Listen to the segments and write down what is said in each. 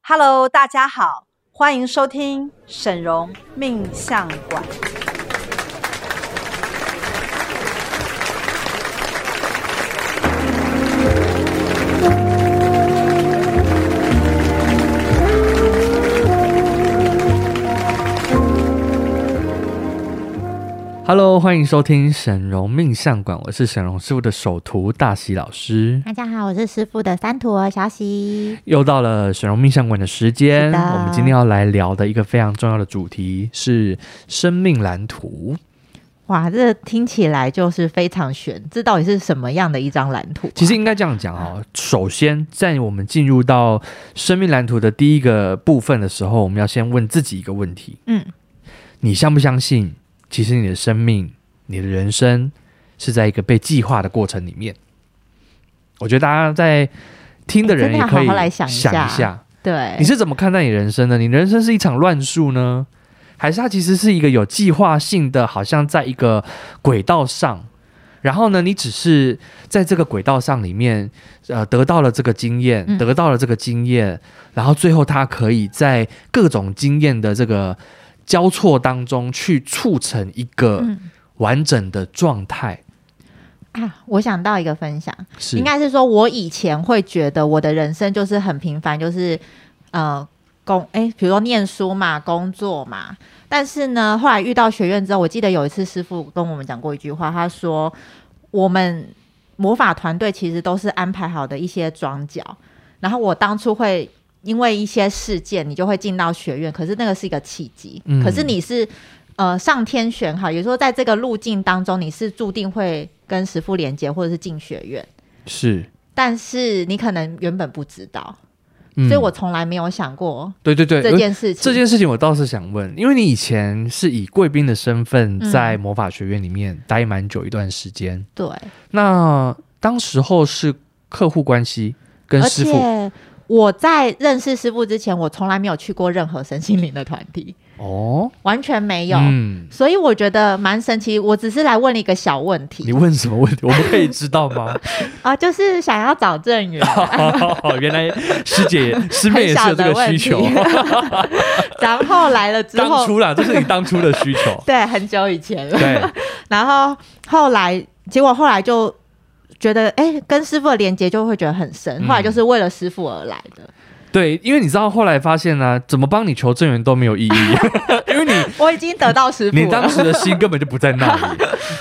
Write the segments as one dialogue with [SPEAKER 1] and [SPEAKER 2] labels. [SPEAKER 1] Hello，大家好，欢迎收听沈荣命相馆。
[SPEAKER 2] Hello，欢迎收听沈荣命相馆，我是沈荣师傅的首徒大喜老师。
[SPEAKER 3] 大家好，我是师傅的三徒儿小喜。
[SPEAKER 2] 又到了沈荣命相馆的时间，
[SPEAKER 3] 是的
[SPEAKER 2] 我们今天要来聊的一个非常重要的主题是生命蓝图。
[SPEAKER 3] 哇，这听起来就是非常悬，这到底是什么样的一张蓝图啊、
[SPEAKER 2] 其实应该这样讲哦，首先在我们进入到生命蓝图的第一个部分的时候，我们要先问自己一个问题：
[SPEAKER 3] 嗯，
[SPEAKER 2] 你相不相信，其实你的生命、你的人生是在一个被计划的过程里面？我觉得大家在听的
[SPEAKER 3] 诶
[SPEAKER 2] 人
[SPEAKER 3] 哎真的
[SPEAKER 2] 也
[SPEAKER 3] 要
[SPEAKER 2] 可以
[SPEAKER 3] 好好来想一下
[SPEAKER 2] 想一下，
[SPEAKER 3] 对，
[SPEAKER 2] 你是怎么看待你人生的？你人生是一场乱数呢，还是它其实是一个有计划性的，好像在一个轨道上？然后呢，你只是在这个轨道上里面，呃，得到了这个经验，
[SPEAKER 3] 嗯
[SPEAKER 2] 得到了这个经验，然后最后它可以在各种经验的这个交错当中去促成一个
[SPEAKER 3] 嗯
[SPEAKER 2] 完整的状态。
[SPEAKER 3] 啊，我想到一个分享，
[SPEAKER 2] 是
[SPEAKER 3] 应该是说我以前会觉得我的人生就是很平凡，就是呃工哎，比如说念书嘛，工作嘛。但是呢，后来遇到学院之后，我记得有一次师傅跟我们讲过一句话，他说我们魔法团队其实都是安排好的一些庄脚，然后我当初会。因为一些事件，你就会进到学院，可是那个是一个契机。
[SPEAKER 2] 嗯
[SPEAKER 3] 可是你是呃上天选好，也就是说在这个路径当中，你是注定会跟师傅连接，或者是进学院。
[SPEAKER 2] 是，
[SPEAKER 3] 但是你可能原本不知道，
[SPEAKER 2] 嗯
[SPEAKER 3] 所以我从来没有想过
[SPEAKER 2] 对对对，
[SPEAKER 3] 这件事情。
[SPEAKER 2] 这件事情我倒是想问，因为你以前是以贵宾的身份
[SPEAKER 3] 嗯
[SPEAKER 2] 在魔法学院里面待蛮久一段时间，
[SPEAKER 3] 对，
[SPEAKER 2] 那当时候是客户关系跟
[SPEAKER 3] 而
[SPEAKER 2] 师傅
[SPEAKER 3] 且我在认识师傅之前，我从来没有去过任何身心灵的团体，
[SPEAKER 2] 哦，
[SPEAKER 3] 完全没有。
[SPEAKER 2] 嗯，
[SPEAKER 3] 所以我觉得蛮神奇，我只是来问了一个小问
[SPEAKER 2] 你
[SPEAKER 3] 题
[SPEAKER 2] 问什么问题？我们可以知道吗？
[SPEAKER 3] 啊、就是想要找正缘，
[SPEAKER 2] 哦，原来师姐也师妹也
[SPEAKER 3] 很
[SPEAKER 2] 是
[SPEAKER 3] 小
[SPEAKER 2] 有
[SPEAKER 3] 的
[SPEAKER 2] 这个
[SPEAKER 3] 问
[SPEAKER 2] 需
[SPEAKER 3] 题
[SPEAKER 2] 求，。
[SPEAKER 3] 然后来了之
[SPEAKER 2] 当
[SPEAKER 3] 后，，
[SPEAKER 2] 初啦，这是你当初的需求
[SPEAKER 3] 对，很久以前了。
[SPEAKER 2] 对，
[SPEAKER 3] 然后后来，结果后来就觉得，哎、跟师傅的连接就会觉得很深。
[SPEAKER 2] 嗯
[SPEAKER 3] 后来就是为了师傅而来的，
[SPEAKER 2] 对，因为你知道后来发现呢、怎么帮你求证员都没有意义， 因为你
[SPEAKER 3] 我已经得到师傅了。
[SPEAKER 2] 你当时的心根本就不在那 里，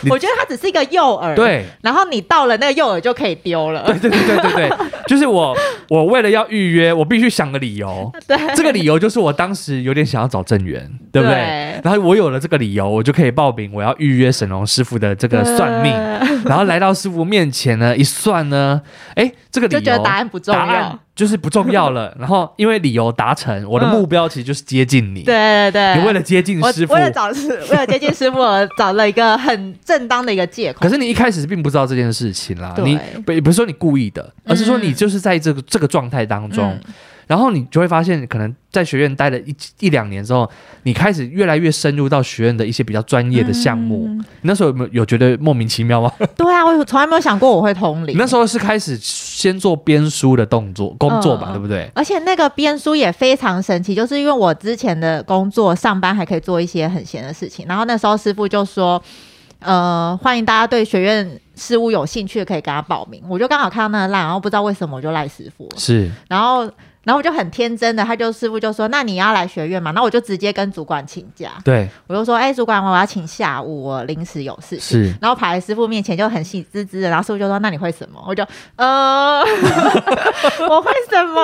[SPEAKER 2] 你
[SPEAKER 3] 我觉得它只是一个诱饵，。
[SPEAKER 2] 对。
[SPEAKER 3] 然后你到了那个诱饵就可以丢了，
[SPEAKER 2] 对对对对对对， 就是我，我为了要预约，我必须想个理由。
[SPEAKER 3] 对，
[SPEAKER 2] 这个理由就是我当时有点想要找郑源，对不对？
[SPEAKER 3] 对
[SPEAKER 2] 然后我有了这个理由，我就可以报名我要预约沈龙师傅的这个算命。
[SPEAKER 3] 命，
[SPEAKER 2] 然后来到师傅面前呢，一算呢，哎，这个理由
[SPEAKER 3] 就觉得答案不重
[SPEAKER 2] 答案
[SPEAKER 3] 要。
[SPEAKER 2] 就是不重要了。然后因为理由达成，我的目标其实就是接近你。
[SPEAKER 3] 嗯对对对，
[SPEAKER 2] 你为了接近
[SPEAKER 3] 我
[SPEAKER 2] 师傅
[SPEAKER 3] 为，了找 师，为了接近师傅而找了一个很正当的一个借口
[SPEAKER 2] 可。是你一开始并不知道这件事情啦，
[SPEAKER 3] 对
[SPEAKER 2] 你不也不是说你故意的，而是说你就是在这个、这个状态当中，
[SPEAKER 3] 嗯
[SPEAKER 2] 然后你就会发现，可能在学院待了一一两年之后，你开始越来越深入到学院的一些比较专业的项目。
[SPEAKER 3] 嗯
[SPEAKER 2] 你那时候有没有有觉得莫名其妙吗？
[SPEAKER 3] 对啊，我从来没有想过我会通
[SPEAKER 2] 你
[SPEAKER 3] 灵
[SPEAKER 2] 那。时候是开始先做编书的动作工作吧，
[SPEAKER 3] 嗯
[SPEAKER 2] 对不对？
[SPEAKER 3] 而且那个编书也非常神奇，就是因为我之前的工作上班还可以做一些很闲的事情，然后那时候师傅就说，呃，欢迎大家对学院事务有兴趣可以给他报名。我就刚好看到那个烂，然后不知道为什么我就赖师傅了，
[SPEAKER 2] 是
[SPEAKER 3] 然后然后我就很天真的，他就师傅就说，那你要来学院嘛？那我就直接跟主管请假，
[SPEAKER 2] 对，
[SPEAKER 3] 我就说，哎、主管，我要请下午，我临时有事情。
[SPEAKER 2] 是
[SPEAKER 3] 然后跑来师傅面前就很喜滋滋的，然后师傅就说：“那你会什么？”我就呃， 我会什么？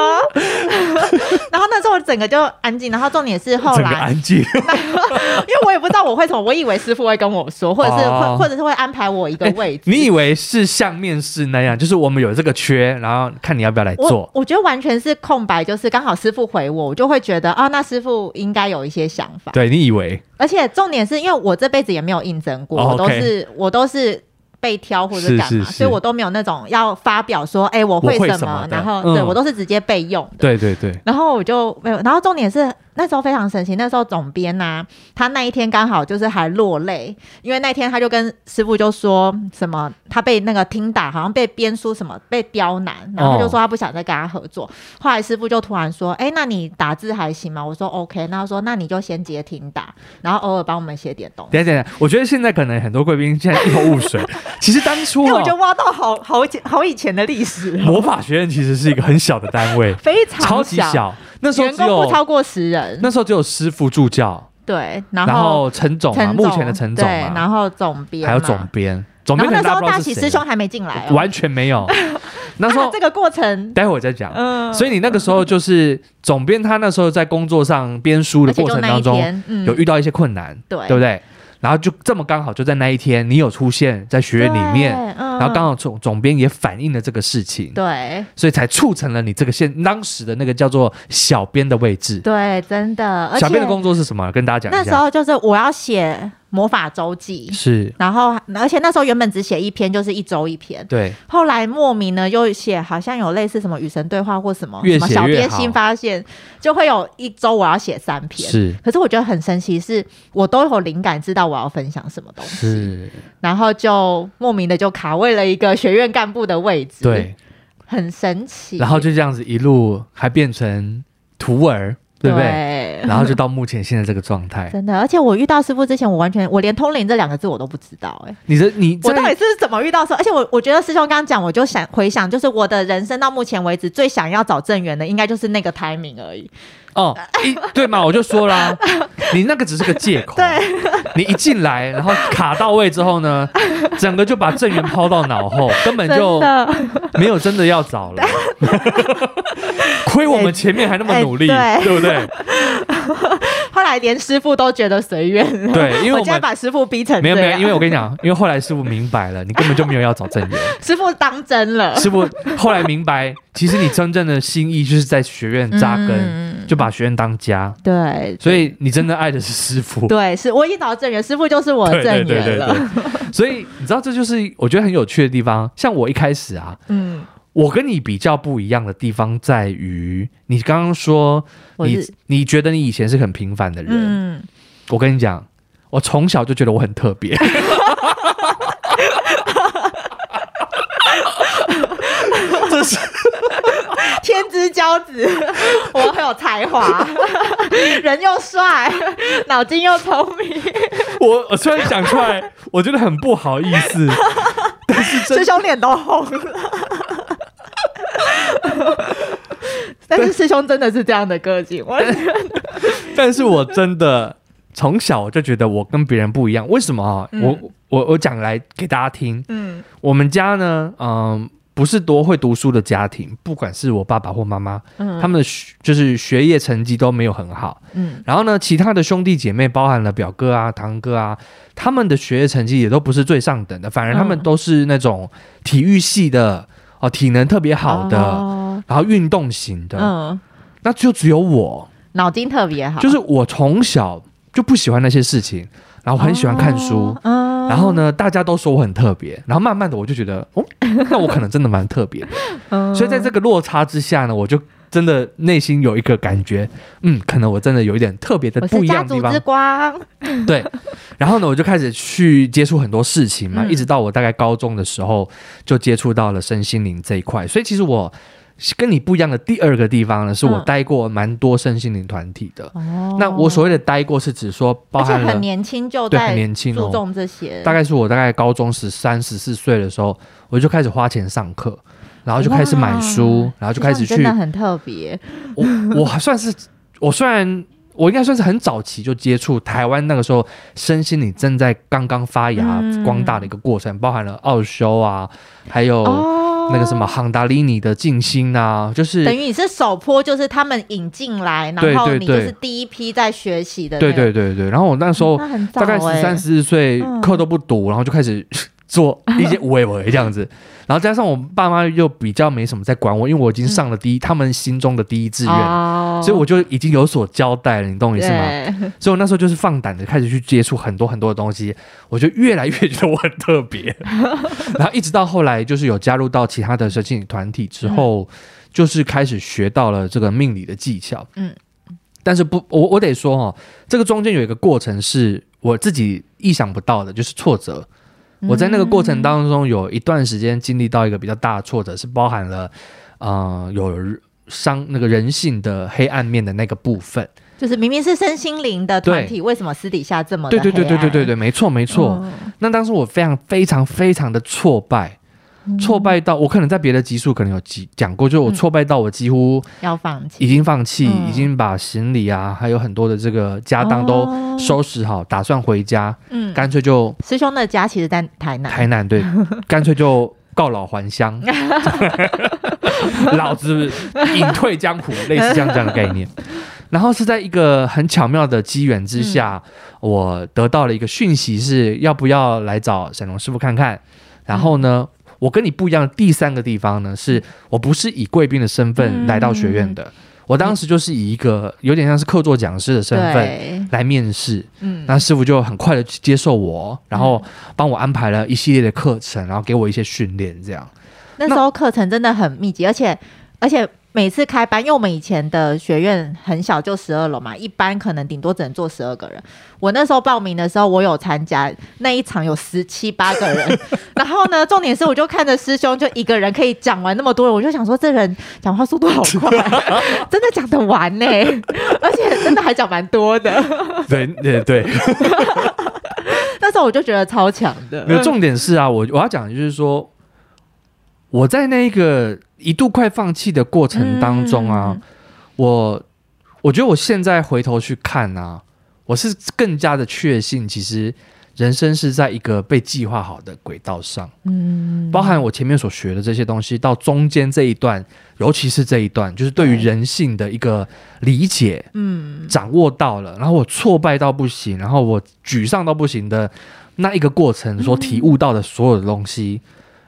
[SPEAKER 3] 然后那时候我整个就安静，然后重点是后
[SPEAKER 2] 整个
[SPEAKER 3] 来，
[SPEAKER 2] 安静，
[SPEAKER 3] 因为我也不知道我会什么，我以为师傅会跟我说，或者是会、
[SPEAKER 2] 哦
[SPEAKER 3] 或者是会安排我一个 位置。
[SPEAKER 2] 你以为是像面试那样，就是我们有这个缺，然后看你要不要来
[SPEAKER 3] 我
[SPEAKER 2] 做。
[SPEAKER 3] 我觉得完全是空白，就是刚好师傅回我，我就会觉得啊，那师傅应该有一些想法。
[SPEAKER 2] 对你以为
[SPEAKER 3] 而且重点是因为我这辈子也没有应征过，
[SPEAKER 2] 哦
[SPEAKER 3] 我都
[SPEAKER 2] OK
[SPEAKER 3] 是我都是被挑或者干嘛，
[SPEAKER 2] 是是是
[SPEAKER 3] 所以我都没有那种要发表说，哎、我
[SPEAKER 2] 会
[SPEAKER 3] 会
[SPEAKER 2] 什
[SPEAKER 3] 什
[SPEAKER 2] 么
[SPEAKER 3] 么，
[SPEAKER 2] 的
[SPEAKER 3] 然后、
[SPEAKER 2] 嗯
[SPEAKER 3] 对我都是直接备用的。
[SPEAKER 2] 对对对，
[SPEAKER 3] 然后我就没有，然后重点是那时候非常神奇，那时候总编呐、他那一天刚好就是还落泪，因为那天他就跟师傅就说什么，他被那个听打，好像被编书什么被刁难，然后他就说他不想再跟他合作。后来师傅就突然说，哎、那你打字还行吗？我说 OK，那他说那你就先接听打，然后偶尔帮我们写点东西。
[SPEAKER 2] 等一下等一下，我觉得现在可能很多贵宾现在一头雾 水。其实当初
[SPEAKER 3] 因为
[SPEAKER 2] 啊
[SPEAKER 3] 哎我觉得挖到好好久好以前的历史哦，，
[SPEAKER 2] 魔法学院其实是一个很小的单位
[SPEAKER 3] 非 常
[SPEAKER 2] 超级小，那时候
[SPEAKER 3] 员
[SPEAKER 2] 只
[SPEAKER 3] 工不超
[SPEAKER 2] 有
[SPEAKER 3] 过十人。
[SPEAKER 2] 那时候只有师傅助教，
[SPEAKER 3] 对，
[SPEAKER 2] 然
[SPEAKER 3] 然后
[SPEAKER 2] 陈总嘛，
[SPEAKER 3] 陈
[SPEAKER 2] 目前的陈总
[SPEAKER 3] 对，
[SPEAKER 2] 嘛，
[SPEAKER 3] 然后总编嘛，
[SPEAKER 2] 还有总编，总
[SPEAKER 3] 然
[SPEAKER 2] 编可能
[SPEAKER 3] 后那时
[SPEAKER 2] 大
[SPEAKER 3] 候
[SPEAKER 2] 家
[SPEAKER 3] 大
[SPEAKER 2] 不知道是
[SPEAKER 3] 喜师
[SPEAKER 2] 谁，
[SPEAKER 3] 兄还没进来、哦，
[SPEAKER 2] 完全没 有。那时
[SPEAKER 3] 啊
[SPEAKER 2] 候
[SPEAKER 3] 这个过程，
[SPEAKER 2] 待会儿再讲。
[SPEAKER 3] 嗯，
[SPEAKER 2] 所以你那个时候就是总编，他那时候在工作上编书的
[SPEAKER 3] 而且
[SPEAKER 2] 过
[SPEAKER 3] 就
[SPEAKER 2] 程
[SPEAKER 3] 那一
[SPEAKER 2] 当中，
[SPEAKER 3] 天，嗯
[SPEAKER 2] 有遇到一些困难，
[SPEAKER 3] 对
[SPEAKER 2] 对不对？然后就这么刚好就在那一天，你有出现在学院里面，，然后刚
[SPEAKER 3] 好
[SPEAKER 2] 好总总编也反映了这个事情，
[SPEAKER 3] 嗯对
[SPEAKER 2] 所以才促成了你这个现当时的那个叫做小编的位置。
[SPEAKER 3] 对，真的，而
[SPEAKER 2] 小编的
[SPEAKER 3] 且
[SPEAKER 2] 工作是什么？跟大家讲
[SPEAKER 3] 那
[SPEAKER 2] 一
[SPEAKER 3] 时
[SPEAKER 2] 下。
[SPEAKER 3] 候就是我要写魔法周记。
[SPEAKER 2] 是，
[SPEAKER 3] 然后，而且那时候原本只写一篇，就是一周一篇。
[SPEAKER 2] 对，
[SPEAKER 3] 后来莫名呢，又写好像有类似什么与神对话或什么
[SPEAKER 2] 越
[SPEAKER 3] 什么
[SPEAKER 2] 写
[SPEAKER 3] 小
[SPEAKER 2] 越
[SPEAKER 3] 贴
[SPEAKER 2] 好
[SPEAKER 3] 心发现，就会有一周我要写三篇。
[SPEAKER 2] 是
[SPEAKER 3] 可是我觉得很神奇，是我都有灵感，知道我要分享什么东西，
[SPEAKER 2] 是，
[SPEAKER 3] 然后就莫名的就卡位了一个学院干部的位置，
[SPEAKER 2] 对，，
[SPEAKER 3] 很神奇。
[SPEAKER 2] 然后就这样子一路还变成徒儿，对不对？
[SPEAKER 3] 对
[SPEAKER 2] 然后就到目前现在这个状态。
[SPEAKER 3] 真的，而且我遇到师傅之前，我完全我连通灵这两个字我都不知道、哎，
[SPEAKER 2] 你的你
[SPEAKER 3] 我到底
[SPEAKER 2] 在
[SPEAKER 3] 是怎么遇到师傅？而且我我觉得师兄刚刚讲，我就想回想，就是我的人生到目前为止最想要找正缘的，应该就是那个 timing 而已。
[SPEAKER 2] 哦，一对嘛，我就说 啦，你那个只是个借口。对，你一进来，然后卡到位之后呢，整个就把正源抛到脑后，根本就
[SPEAKER 3] 真的，
[SPEAKER 2] 没有真的要找了。亏我们前面还那么努力，
[SPEAKER 3] 哎哎
[SPEAKER 2] 对不 对？
[SPEAKER 3] 后来连师傅都觉得随缘了。
[SPEAKER 2] 对，因为
[SPEAKER 3] 我
[SPEAKER 2] 我
[SPEAKER 3] 竟然
[SPEAKER 2] 们
[SPEAKER 3] 把师傅逼成
[SPEAKER 2] 没有
[SPEAKER 3] 这
[SPEAKER 2] 没有，
[SPEAKER 3] 样
[SPEAKER 2] 因为我跟你讲，因为后来师傅明白了，你根本就没有要找正 源。
[SPEAKER 3] 师傅当真了，
[SPEAKER 2] 师傅后来明白，其实你真正的心意就是在学院扎根，
[SPEAKER 3] 嗯
[SPEAKER 2] 就把学院当家。
[SPEAKER 3] 对
[SPEAKER 2] 所以你真的爱的是师傅，
[SPEAKER 3] 对，是我已经找到正缘，师傅就是我的
[SPEAKER 2] 对对
[SPEAKER 3] 正
[SPEAKER 2] 对
[SPEAKER 3] 缘
[SPEAKER 2] 对
[SPEAKER 3] 了。
[SPEAKER 2] 对。所以你知道，这就是我觉得很有趣的地方。像我一开始啊，
[SPEAKER 3] 嗯，
[SPEAKER 2] 我跟你比较不一样的地方在于，你刚刚说
[SPEAKER 3] 我
[SPEAKER 2] 你
[SPEAKER 3] 是
[SPEAKER 2] 你觉得你以前是很平凡的人，
[SPEAKER 3] 嗯，
[SPEAKER 2] 我跟你讲，我从小就觉得我很特别。 这是
[SPEAKER 3] 天之骄子， 我很有才华， 人又帅，脑筋又聪明。
[SPEAKER 2] 我，我虽然讲出来，我觉得很不好意思，但是真
[SPEAKER 3] 师兄脸都红了。 但是师兄真的是这样的个性，我
[SPEAKER 2] 但是我真的从小我就觉得我跟别人不一样，为什么啊？
[SPEAKER 3] 嗯
[SPEAKER 2] 我我我讲来给大家听，
[SPEAKER 3] 嗯
[SPEAKER 2] 我们家呢，嗯、不是多会读书的家庭，不管是我爸爸或妈妈，
[SPEAKER 3] 嗯
[SPEAKER 2] 他们的学就是学业成绩都没有很好。
[SPEAKER 3] 嗯
[SPEAKER 2] 然后呢，其他的兄弟姐妹，包含了表哥啊、堂哥啊，他们的学业成绩也都不是最上等的，反而他们
[SPEAKER 3] 嗯
[SPEAKER 2] 都是那种体育系的哦、体能特别好的，
[SPEAKER 3] 哦
[SPEAKER 2] 然后运动型的。
[SPEAKER 3] 嗯，
[SPEAKER 2] 那就只有我，
[SPEAKER 3] 脑筋特别好，
[SPEAKER 2] 就是我从小就不喜欢那些事情，然后我很喜欢看书。
[SPEAKER 3] 哦嗯，
[SPEAKER 2] 然后呢，大家都说我很特别，然后慢慢的我就觉得， 哦，那我可能真的蛮特别的。
[SPEAKER 3] 嗯，
[SPEAKER 2] 所以在这个落差之下呢，我就真的内心有一个感觉，嗯，可能我真的有一点特别的
[SPEAKER 3] 我
[SPEAKER 2] 不
[SPEAKER 3] 是
[SPEAKER 2] 一
[SPEAKER 3] 家
[SPEAKER 2] 样的
[SPEAKER 3] 族
[SPEAKER 2] 地方
[SPEAKER 3] 之。光，
[SPEAKER 2] 对，然后呢，我就开始去接触很多事情嘛，
[SPEAKER 3] 嗯
[SPEAKER 2] 一直到我大概高中的时候就接触到了身心灵这一块。所以其实我跟你不一样的第二个地方呢，是我
[SPEAKER 3] 嗯
[SPEAKER 2] 待过蛮多身心灵团体的。
[SPEAKER 3] 哦
[SPEAKER 2] 那我所谓的待过是指说包
[SPEAKER 3] 而且
[SPEAKER 2] 含
[SPEAKER 3] 很
[SPEAKER 2] 了。
[SPEAKER 3] 年轻就
[SPEAKER 2] 对，很
[SPEAKER 3] 在
[SPEAKER 2] 年轻哦，
[SPEAKER 3] 注重这些，
[SPEAKER 2] 大概是我大概高中十三、十四岁的时候，我就开始花钱上课，然后就开始买书
[SPEAKER 3] 哇，
[SPEAKER 2] 然后就开始
[SPEAKER 3] 师兄
[SPEAKER 2] 去
[SPEAKER 3] 你真的。很特别，
[SPEAKER 2] 我我还算是我虽然我应该算是很早期就接触台湾那个时候身心灵正在刚刚发芽
[SPEAKER 3] 嗯
[SPEAKER 2] 光大的一个过程，包含了奥修啊，还有
[SPEAKER 3] 哦
[SPEAKER 2] 那个什么。杭达利尼的静心啊，就是
[SPEAKER 3] 等于你是首播，就是他们引进来，然后
[SPEAKER 2] 对对
[SPEAKER 3] 你就
[SPEAKER 2] 对
[SPEAKER 3] 是第一批在学习的那
[SPEAKER 2] 对
[SPEAKER 3] 个。
[SPEAKER 2] 对对对。然后我那时候
[SPEAKER 3] 那很早
[SPEAKER 2] 大概
[SPEAKER 3] 欸
[SPEAKER 2] 十三十四岁
[SPEAKER 3] 嗯，
[SPEAKER 2] 课都不读，然后就开始 做一些无为为这样 子。然后加上我爸妈又比较没什么在管我，因为我已经上了第一，他们心中的第一志愿，
[SPEAKER 3] 嗯哦
[SPEAKER 2] 所以我就已经有所交代了，你懂我意思吗？
[SPEAKER 3] 对
[SPEAKER 2] 所以我那时候就是放胆的开始去接触很多很多的东西，我就越来越觉得我很特别。然后一直到后来就是有加入到其他的身心灵团体之后，就是开始学到了这个命理的技巧。
[SPEAKER 3] 嗯
[SPEAKER 2] 嗯，但是不，我我得说哦，这个中间有一个过程是我自己意想不到的，就是挫折。我在那个过程当中有一段时间经历到一个比较大的挫折，是包含了，呃，有伤那个人性的黑暗面的那个部分。
[SPEAKER 3] 就是明明是身心灵的团体，为什么私底下这么的
[SPEAKER 2] 对对对对对对
[SPEAKER 3] 对，
[SPEAKER 2] 对，没错没错。
[SPEAKER 3] 嗯
[SPEAKER 2] 那当时我非常非常非常的挫败，挫败到我可能在别的集数可能有几讲过，就是我
[SPEAKER 3] 嗯
[SPEAKER 2] 挫败到我几乎
[SPEAKER 3] 要放弃，
[SPEAKER 2] 已经放弃，
[SPEAKER 3] 嗯
[SPEAKER 2] 已经把行李啊，还有很多的这个家当都
[SPEAKER 3] 哦
[SPEAKER 2] 收拾好，打算回家，
[SPEAKER 3] 嗯，
[SPEAKER 2] 干脆就
[SPEAKER 3] 师兄的家其实在台南，
[SPEAKER 2] 台南 对，干脆就告老还乡，老子隐退江湖，类似这样这样的概念。然后是在一个很巧妙的机缘之下，
[SPEAKER 3] 嗯
[SPEAKER 2] 我得到了一个讯息，是要不要来找沈龙师傅看看？然后呢，我跟你不一样，第三个地方呢，是我不是以贵宾的身份来到学院的，
[SPEAKER 3] 嗯
[SPEAKER 2] 我当时就是以一个有点像是客座讲师的身份
[SPEAKER 3] 对，
[SPEAKER 2] 来面试。
[SPEAKER 3] 嗯，
[SPEAKER 2] 那师傅就很快的接受我，然后帮我安排了一系列的课程，然后给我一些训练，这样。
[SPEAKER 3] 那时候课程真的很密集，而且而且每次开班，因为我们以前的学院很小，就十二楼嘛，一班可能顶多只能坐十二个人。我那时候报名的时候，我有参加那一场，有十七八个 人。然后呢，重点是我就看着师兄就一个人可以讲完那么多人，我就想说这人讲话速度好 快，真的讲得完呢、而且真的还讲蛮 多的。
[SPEAKER 2] 对对对，
[SPEAKER 3] 那时候我就觉得超强的，嗯
[SPEAKER 2] 没有重点是啊，我我要讲的就是说，我在那个一度快放弃的过程当中啊，
[SPEAKER 3] 嗯
[SPEAKER 2] 我我觉得我现在回头去看啊，我是更加的确信，其实人生是在一个被计划好的轨道上。
[SPEAKER 3] 嗯，
[SPEAKER 2] 包含我前面所学的这些东西，到中间这一段，尤其是这一段，就是对于
[SPEAKER 3] 对
[SPEAKER 2] 人性的一个理解
[SPEAKER 3] 嗯
[SPEAKER 2] 掌握到了，然后我挫败到不行，然后我沮丧到不行的那一个过程所体悟到的所有的东西，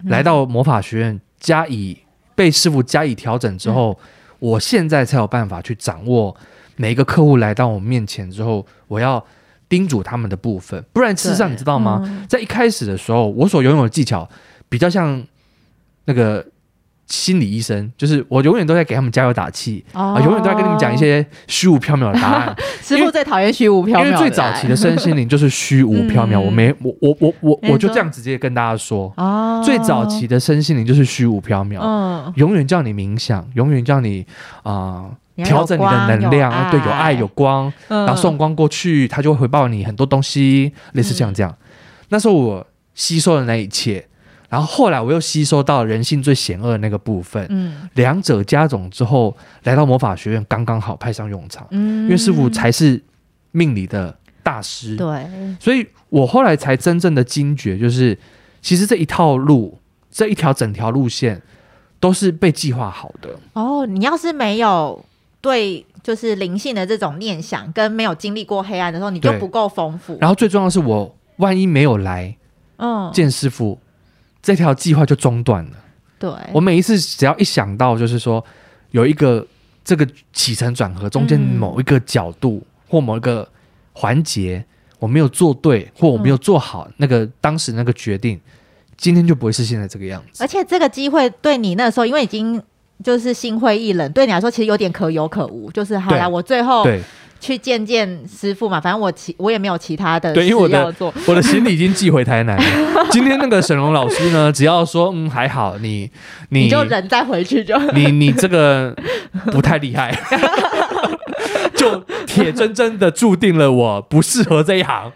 [SPEAKER 3] 嗯
[SPEAKER 2] 来到魔法学院加以被师傅加以调整之后，
[SPEAKER 3] 嗯
[SPEAKER 2] 我现在才有办法去掌握每一个客户来到我面前之后，我要叮嘱他们的部分，不然事实上
[SPEAKER 3] 对
[SPEAKER 2] 你知道吗？
[SPEAKER 3] 嗯
[SPEAKER 2] 在一开始的时候，我所拥有的技巧比较像那个心理医生，就是我永远都在给他们加油打气，啊、
[SPEAKER 3] 哦
[SPEAKER 2] 永远都在跟你们讲一些虚无缥缈的答案，
[SPEAKER 3] 师
[SPEAKER 2] 因
[SPEAKER 3] 傅
[SPEAKER 2] 为
[SPEAKER 3] 最讨厌虚无缥缈的
[SPEAKER 2] 因
[SPEAKER 3] 爱，
[SPEAKER 2] 为最早期的身心灵就是虚无缥缈，
[SPEAKER 3] 嗯
[SPEAKER 2] 我没我我我我
[SPEAKER 3] 没
[SPEAKER 2] 我就
[SPEAKER 3] 错
[SPEAKER 2] 这样直接跟大家说，
[SPEAKER 3] 哦，
[SPEAKER 2] 最早期的身心灵就是虚无缥缈，
[SPEAKER 3] 嗯，
[SPEAKER 2] 永远叫你冥想，永远叫你啊、
[SPEAKER 3] 你要
[SPEAKER 2] 调
[SPEAKER 3] 有
[SPEAKER 2] 整你的
[SPEAKER 3] 光
[SPEAKER 2] 能量，啊
[SPEAKER 3] 有
[SPEAKER 2] 对，有爱有光，
[SPEAKER 3] 嗯
[SPEAKER 2] 然后送光过去，它就会回报你很多东西，类似这
[SPEAKER 3] 嗯
[SPEAKER 2] 样这样。那时候我吸收了那一切，然后后来我又吸收到人性最险恶的那个部分，
[SPEAKER 3] 嗯
[SPEAKER 2] 两者加总之后，来到魔法学院刚刚好派上用场，
[SPEAKER 3] 嗯，
[SPEAKER 2] 因为师傅才是命理的大师，
[SPEAKER 3] 对，
[SPEAKER 2] 所以我后来才真正的惊觉，就是其实这一套路，这一条整条路线都是被计划好的。
[SPEAKER 3] 哦，你要是没有对就是灵性的这种念想，跟没有经历过黑暗的时候，你就
[SPEAKER 2] 对
[SPEAKER 3] 不够丰富，
[SPEAKER 2] 然后最重要的是，我万一没有来
[SPEAKER 3] 嗯，
[SPEAKER 2] 见师傅，这条计划就中断了。
[SPEAKER 3] 对，
[SPEAKER 2] 我每一次只要一想到，就是说有一个这个起承转合中间
[SPEAKER 3] 嗯
[SPEAKER 2] 某一个角度、或某一个环节，我没有做对，或我没有做好、那个当时那个决定，今天就不会是现在这个样子。
[SPEAKER 3] 而且这个机会对你那时候，因为已经。就是心灰意冷，对你来说其实有点可有可无。就是好啦，
[SPEAKER 2] 对
[SPEAKER 3] 我最后
[SPEAKER 2] 对，
[SPEAKER 3] 去见见师傅嘛，反正我其我也没有其他的
[SPEAKER 2] 对因为我
[SPEAKER 3] 事
[SPEAKER 2] 的
[SPEAKER 3] 要做。
[SPEAKER 2] 我的行李已经寄回台南了。今天那个沈龙老师呢，只要说嗯还好，你你
[SPEAKER 3] 你就人再回 去就
[SPEAKER 2] 你你这个不太厉害， 就铁铮铮的注定了我不适合这一 行，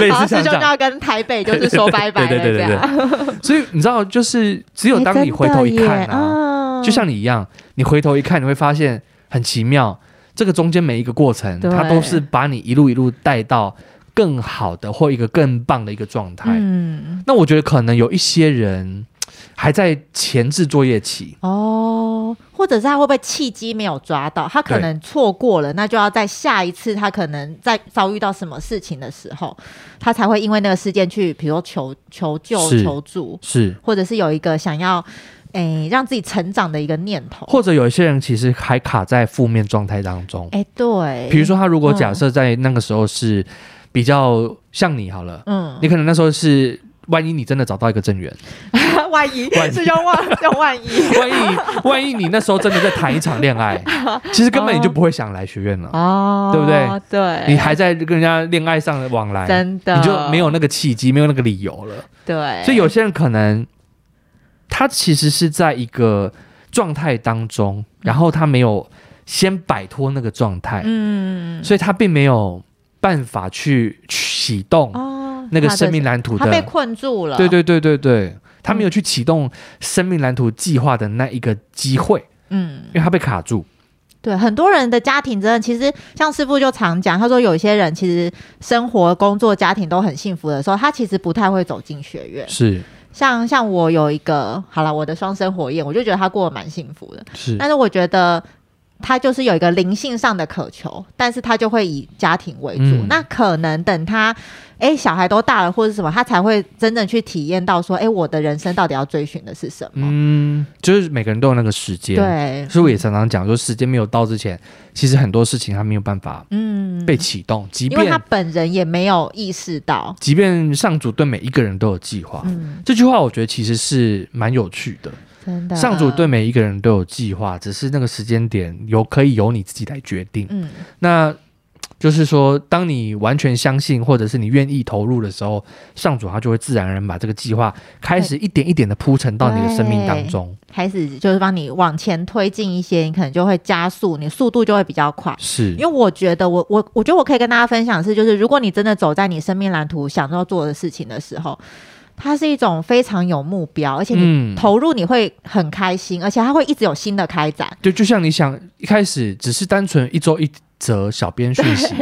[SPEAKER 2] 类
[SPEAKER 3] 好，
[SPEAKER 2] 似像
[SPEAKER 3] 师
[SPEAKER 2] 这
[SPEAKER 3] 兄就
[SPEAKER 2] 样。
[SPEAKER 3] 要跟台 北就是说拜拜了，
[SPEAKER 2] 对对
[SPEAKER 3] 这
[SPEAKER 2] 对对
[SPEAKER 3] 样。
[SPEAKER 2] 对对，所以你知道，就是只有当你回头一看啊，
[SPEAKER 3] 啊
[SPEAKER 2] 就像你一样，你回头一看，你会发现很奇妙，这个中间每一个过程，
[SPEAKER 3] 对
[SPEAKER 2] 它都是把你一路一路带到更好的或一个更棒的一个状态。
[SPEAKER 3] 嗯，
[SPEAKER 2] 那我觉得可能有一些人还在前置作业期，
[SPEAKER 3] 哦，或者是他会不会契机没有抓到，他可
[SPEAKER 2] 对
[SPEAKER 3] 能错过了，那就要在下一次他可能在遭遇到什么事情的时候，他才会因为那个事件去，比如说求求救
[SPEAKER 2] 是、
[SPEAKER 3] 求助，
[SPEAKER 2] 是，
[SPEAKER 3] 或者是有一个想要诶、让自己成长的一个念头。
[SPEAKER 2] 或者有一些人其实还卡在负面状态当中。
[SPEAKER 3] 哎、对，
[SPEAKER 2] 比如，说，他如果假设在那个时候是比较像你好了，
[SPEAKER 3] 嗯，
[SPEAKER 2] 你可能那时候是万一你真的找到一个正缘，
[SPEAKER 3] 万一
[SPEAKER 2] 万一
[SPEAKER 3] 是用万用万一，
[SPEAKER 2] 万一 万一你那时候真的在谈一场恋爱，其实根本你就不会想来学院了，
[SPEAKER 3] 哦，
[SPEAKER 2] 对不对？
[SPEAKER 3] 对，
[SPEAKER 2] 你还在跟人家恋爱上的往来，
[SPEAKER 3] 真的
[SPEAKER 2] 你就没有那个契机，没有那个理由了。
[SPEAKER 3] 对，
[SPEAKER 2] 所以有些人可能他其实是在一个状态当中，然后他没有先摆脱那个状态，
[SPEAKER 3] 嗯，
[SPEAKER 2] 所以他并没有办法去启动
[SPEAKER 3] 哦，
[SPEAKER 2] 那个
[SPEAKER 3] 他的
[SPEAKER 2] 生命蓝图
[SPEAKER 3] 他被
[SPEAKER 2] 的，
[SPEAKER 3] 困住了，嗯
[SPEAKER 2] 对对对对对，他没有去启动生命蓝图计划的那一个机会，
[SPEAKER 3] 嗯，
[SPEAKER 2] 因为他被卡住。
[SPEAKER 3] 对，很多人的家庭真的，其实像师傅就常讲，他说有一些人其实生活、工作、家庭都很幸福的时候，他其实不太会走进学院。
[SPEAKER 2] 是
[SPEAKER 3] 像像我有一个，好了，我的双生火焰，我就觉得他过得蛮幸福的，
[SPEAKER 2] 是
[SPEAKER 3] 但是我觉得。他就是有一个灵性上的渴求，但是他就会以家庭为主。
[SPEAKER 2] 嗯
[SPEAKER 3] 那可能等他，哎、小孩都大了或者什么，他才会真正去体验到说，哎、我的人生到底要追寻的是什么？
[SPEAKER 2] 嗯，就是每个人都有那个时间。，
[SPEAKER 3] 对，
[SPEAKER 2] 所以我也常常讲说，时间没有到之前，其实很多事情他没有办法
[SPEAKER 3] 嗯，
[SPEAKER 2] 被启动，即
[SPEAKER 3] 因为他
[SPEAKER 2] 便
[SPEAKER 3] 本人也没有意识到，
[SPEAKER 2] 即便上主对每一个人都有计划。
[SPEAKER 3] 嗯，
[SPEAKER 2] 这句话我觉得其实是蛮有趣的。
[SPEAKER 3] 真的
[SPEAKER 2] 上主对每一个人都有计划，只是那个时间点由可以由你自己来决定。
[SPEAKER 3] 嗯
[SPEAKER 2] 那就是说，当你完全相信或者是你愿意投入的时候，上主他就会自然而然把这个计划开始一点一点的铺陈到你的生命当中。
[SPEAKER 3] 开始就是帮你往前推进一些，你可能就会加速，你速度就会比较快。
[SPEAKER 2] 是
[SPEAKER 3] 因为我觉得我我我觉得我可以跟大家分享的是，就是如果你真的走在你生命蓝图想要做的事情的时候，它是一种非常有目标，而且你
[SPEAKER 2] 嗯，
[SPEAKER 3] 投入你会很开心，而且它会一直有新的开展。
[SPEAKER 2] 对，就像你想一开始只是单纯一周一则小编讯 息，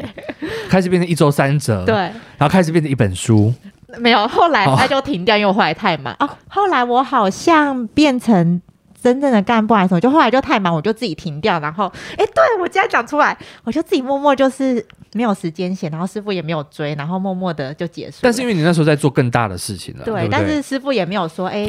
[SPEAKER 2] 开始变成一周三则，，
[SPEAKER 3] 对，
[SPEAKER 2] 然后开始变成一本书，
[SPEAKER 3] 没有后来
[SPEAKER 2] 哦
[SPEAKER 3] 它就停掉，因为我后来太忙哦。后来我好像变成。真正的干部还是什么？就后来就太忙，我就自己停掉。然后，哎、对我竟然讲出来，我就自己默默就是没有时间写，然后师傅也没有追，然后默默的就结束了。
[SPEAKER 2] 但是因为你那时候在做更大的事情了，
[SPEAKER 3] 对，
[SPEAKER 2] 不
[SPEAKER 3] 但是师傅也没有说，哎、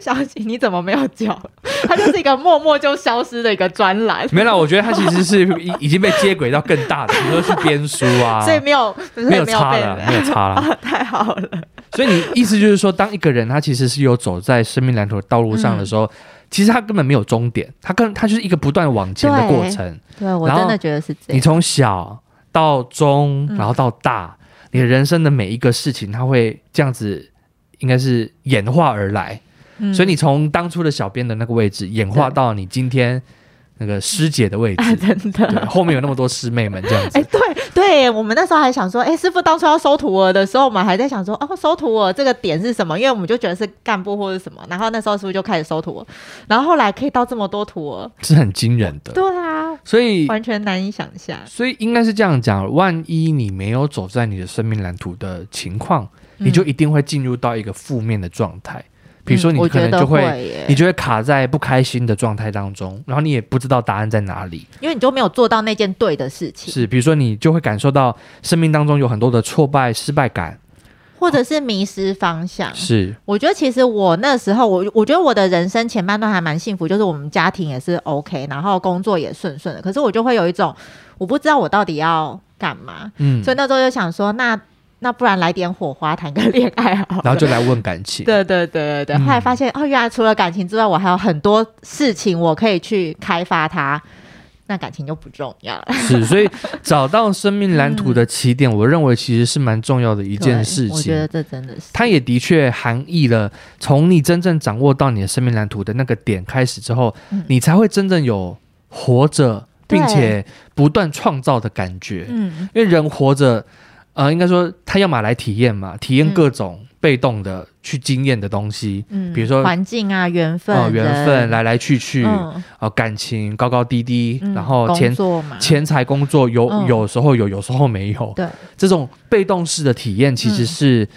[SPEAKER 3] 小小姐你怎么没有交？他就是一个默默就消失的一个专栏，
[SPEAKER 2] 没了，我觉得他其实是已已经被接轨到更大的，比如说去编书啊，
[SPEAKER 3] 所以没有
[SPEAKER 2] 没有
[SPEAKER 3] 没有
[SPEAKER 2] 差
[SPEAKER 3] 被
[SPEAKER 2] 了，没有差了。
[SPEAKER 3] 太好了，
[SPEAKER 2] 所以你意思就是说，当一个人他其实是有走在生命蓝图的道路上的时候，
[SPEAKER 3] 嗯
[SPEAKER 2] 其实他根本没有终点，他跟他就是一个不断往前的过程。
[SPEAKER 3] 对我
[SPEAKER 2] 然后
[SPEAKER 3] 真的觉得是这
[SPEAKER 2] 你
[SPEAKER 3] 样，
[SPEAKER 2] 从小到中，
[SPEAKER 3] 嗯
[SPEAKER 2] 然后到大，你的人生的每一个事情，他会这样子，应该是演化而来。
[SPEAKER 3] 嗯
[SPEAKER 2] 所以你从当初的小编的那个位置，演化到你今天那个师姐的位置，
[SPEAKER 3] 真的
[SPEAKER 2] 对，后面有那么多师妹们这样子。
[SPEAKER 3] 哎、对对，我们那时候还想说，哎、师傅当初要收徒儿的时候，我们还在想说，哦，收徒儿这个点是什么？因为我们就觉得是干部或者什么，然后那时候师傅就开始收徒儿，然后后来可以到这么多徒儿，
[SPEAKER 2] 是很惊人的。
[SPEAKER 3] 对啊，
[SPEAKER 2] 所以，
[SPEAKER 3] 完全难以想象。
[SPEAKER 2] 所以应该是这样讲：，万一你没有走在你的生命蓝图的情况，你就一定会进入到一个负面的状态。比如说，
[SPEAKER 3] 嗯嗯
[SPEAKER 2] 你
[SPEAKER 3] 我
[SPEAKER 2] 可
[SPEAKER 3] 觉
[SPEAKER 2] 能
[SPEAKER 3] 得
[SPEAKER 2] 就会，
[SPEAKER 3] 耶
[SPEAKER 2] 你就会卡在不开心的状态当中，然后你也不知道答案在哪里。
[SPEAKER 3] 因为你就没有做到那件对的事情，
[SPEAKER 2] 是，比如说，你就会感受到生命当中有很多的挫败、失败感。
[SPEAKER 3] 或者是迷失方向。
[SPEAKER 2] 是，
[SPEAKER 3] 我觉得其实我那时候，我我觉得我的人生前半段还蛮幸福，就是我们家庭也是 OK，然后工作也顺顺的。可是我就会有一种，我不知道我到底要干嘛，
[SPEAKER 2] 嗯
[SPEAKER 3] 所，以那时候就想说，那那不然来点火花，谈个恋爱好了。
[SPEAKER 2] 然后就来问感情。
[SPEAKER 3] 对对对对对，
[SPEAKER 2] 嗯
[SPEAKER 3] 后来发现、哦，原来除了感情之外，我还有很多事情我可以去开发它，那感情就不重要了。
[SPEAKER 2] 是，所以找到生命蓝图的起点，我认为其实是蛮重要的一
[SPEAKER 3] 一
[SPEAKER 2] 件事
[SPEAKER 3] 嗯我
[SPEAKER 2] 情
[SPEAKER 3] 觉。得这真的是
[SPEAKER 2] 它也的确含义了，从你真正掌握到你的生命蓝图的那个点开始之后，
[SPEAKER 3] 嗯
[SPEAKER 2] 你才会真正有活着，
[SPEAKER 3] 对
[SPEAKER 2] 并且不断创造的感觉。
[SPEAKER 3] 嗯
[SPEAKER 2] 因为人活着，呃，应该说他要么来体验嘛，体验各种被动的、去经验的东西，
[SPEAKER 3] 嗯，
[SPEAKER 2] 比如说
[SPEAKER 3] 环境啊、缘分、
[SPEAKER 2] 呃，缘分
[SPEAKER 3] 人
[SPEAKER 2] 来来去去，啊、
[SPEAKER 3] 嗯
[SPEAKER 2] 感情高高低低，
[SPEAKER 3] 嗯
[SPEAKER 2] 然后
[SPEAKER 3] 工
[SPEAKER 2] 钱
[SPEAKER 3] 作嘛，
[SPEAKER 2] 钱财工作有、
[SPEAKER 3] 嗯
[SPEAKER 2] 有时候有，有时候没有。
[SPEAKER 3] 对，嗯
[SPEAKER 2] 这种被动式的体验其实是、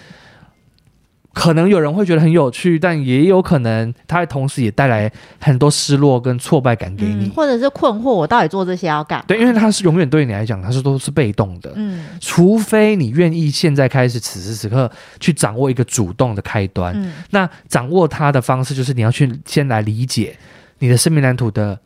[SPEAKER 2] 可能有人会觉得很有趣，但也有可能它同时也带来很多失落跟挫败感给你。
[SPEAKER 3] 嗯，或者是困惑，我到底做这些要干嘛？
[SPEAKER 2] 对，因为它是永远对你来讲，它是都是被动的。
[SPEAKER 3] 嗯
[SPEAKER 2] 除非你愿意现在开始，此时此刻去掌握一个主动的开端。
[SPEAKER 3] 嗯
[SPEAKER 2] 那掌握它的方式就是你要去先来理解你的生命蓝图的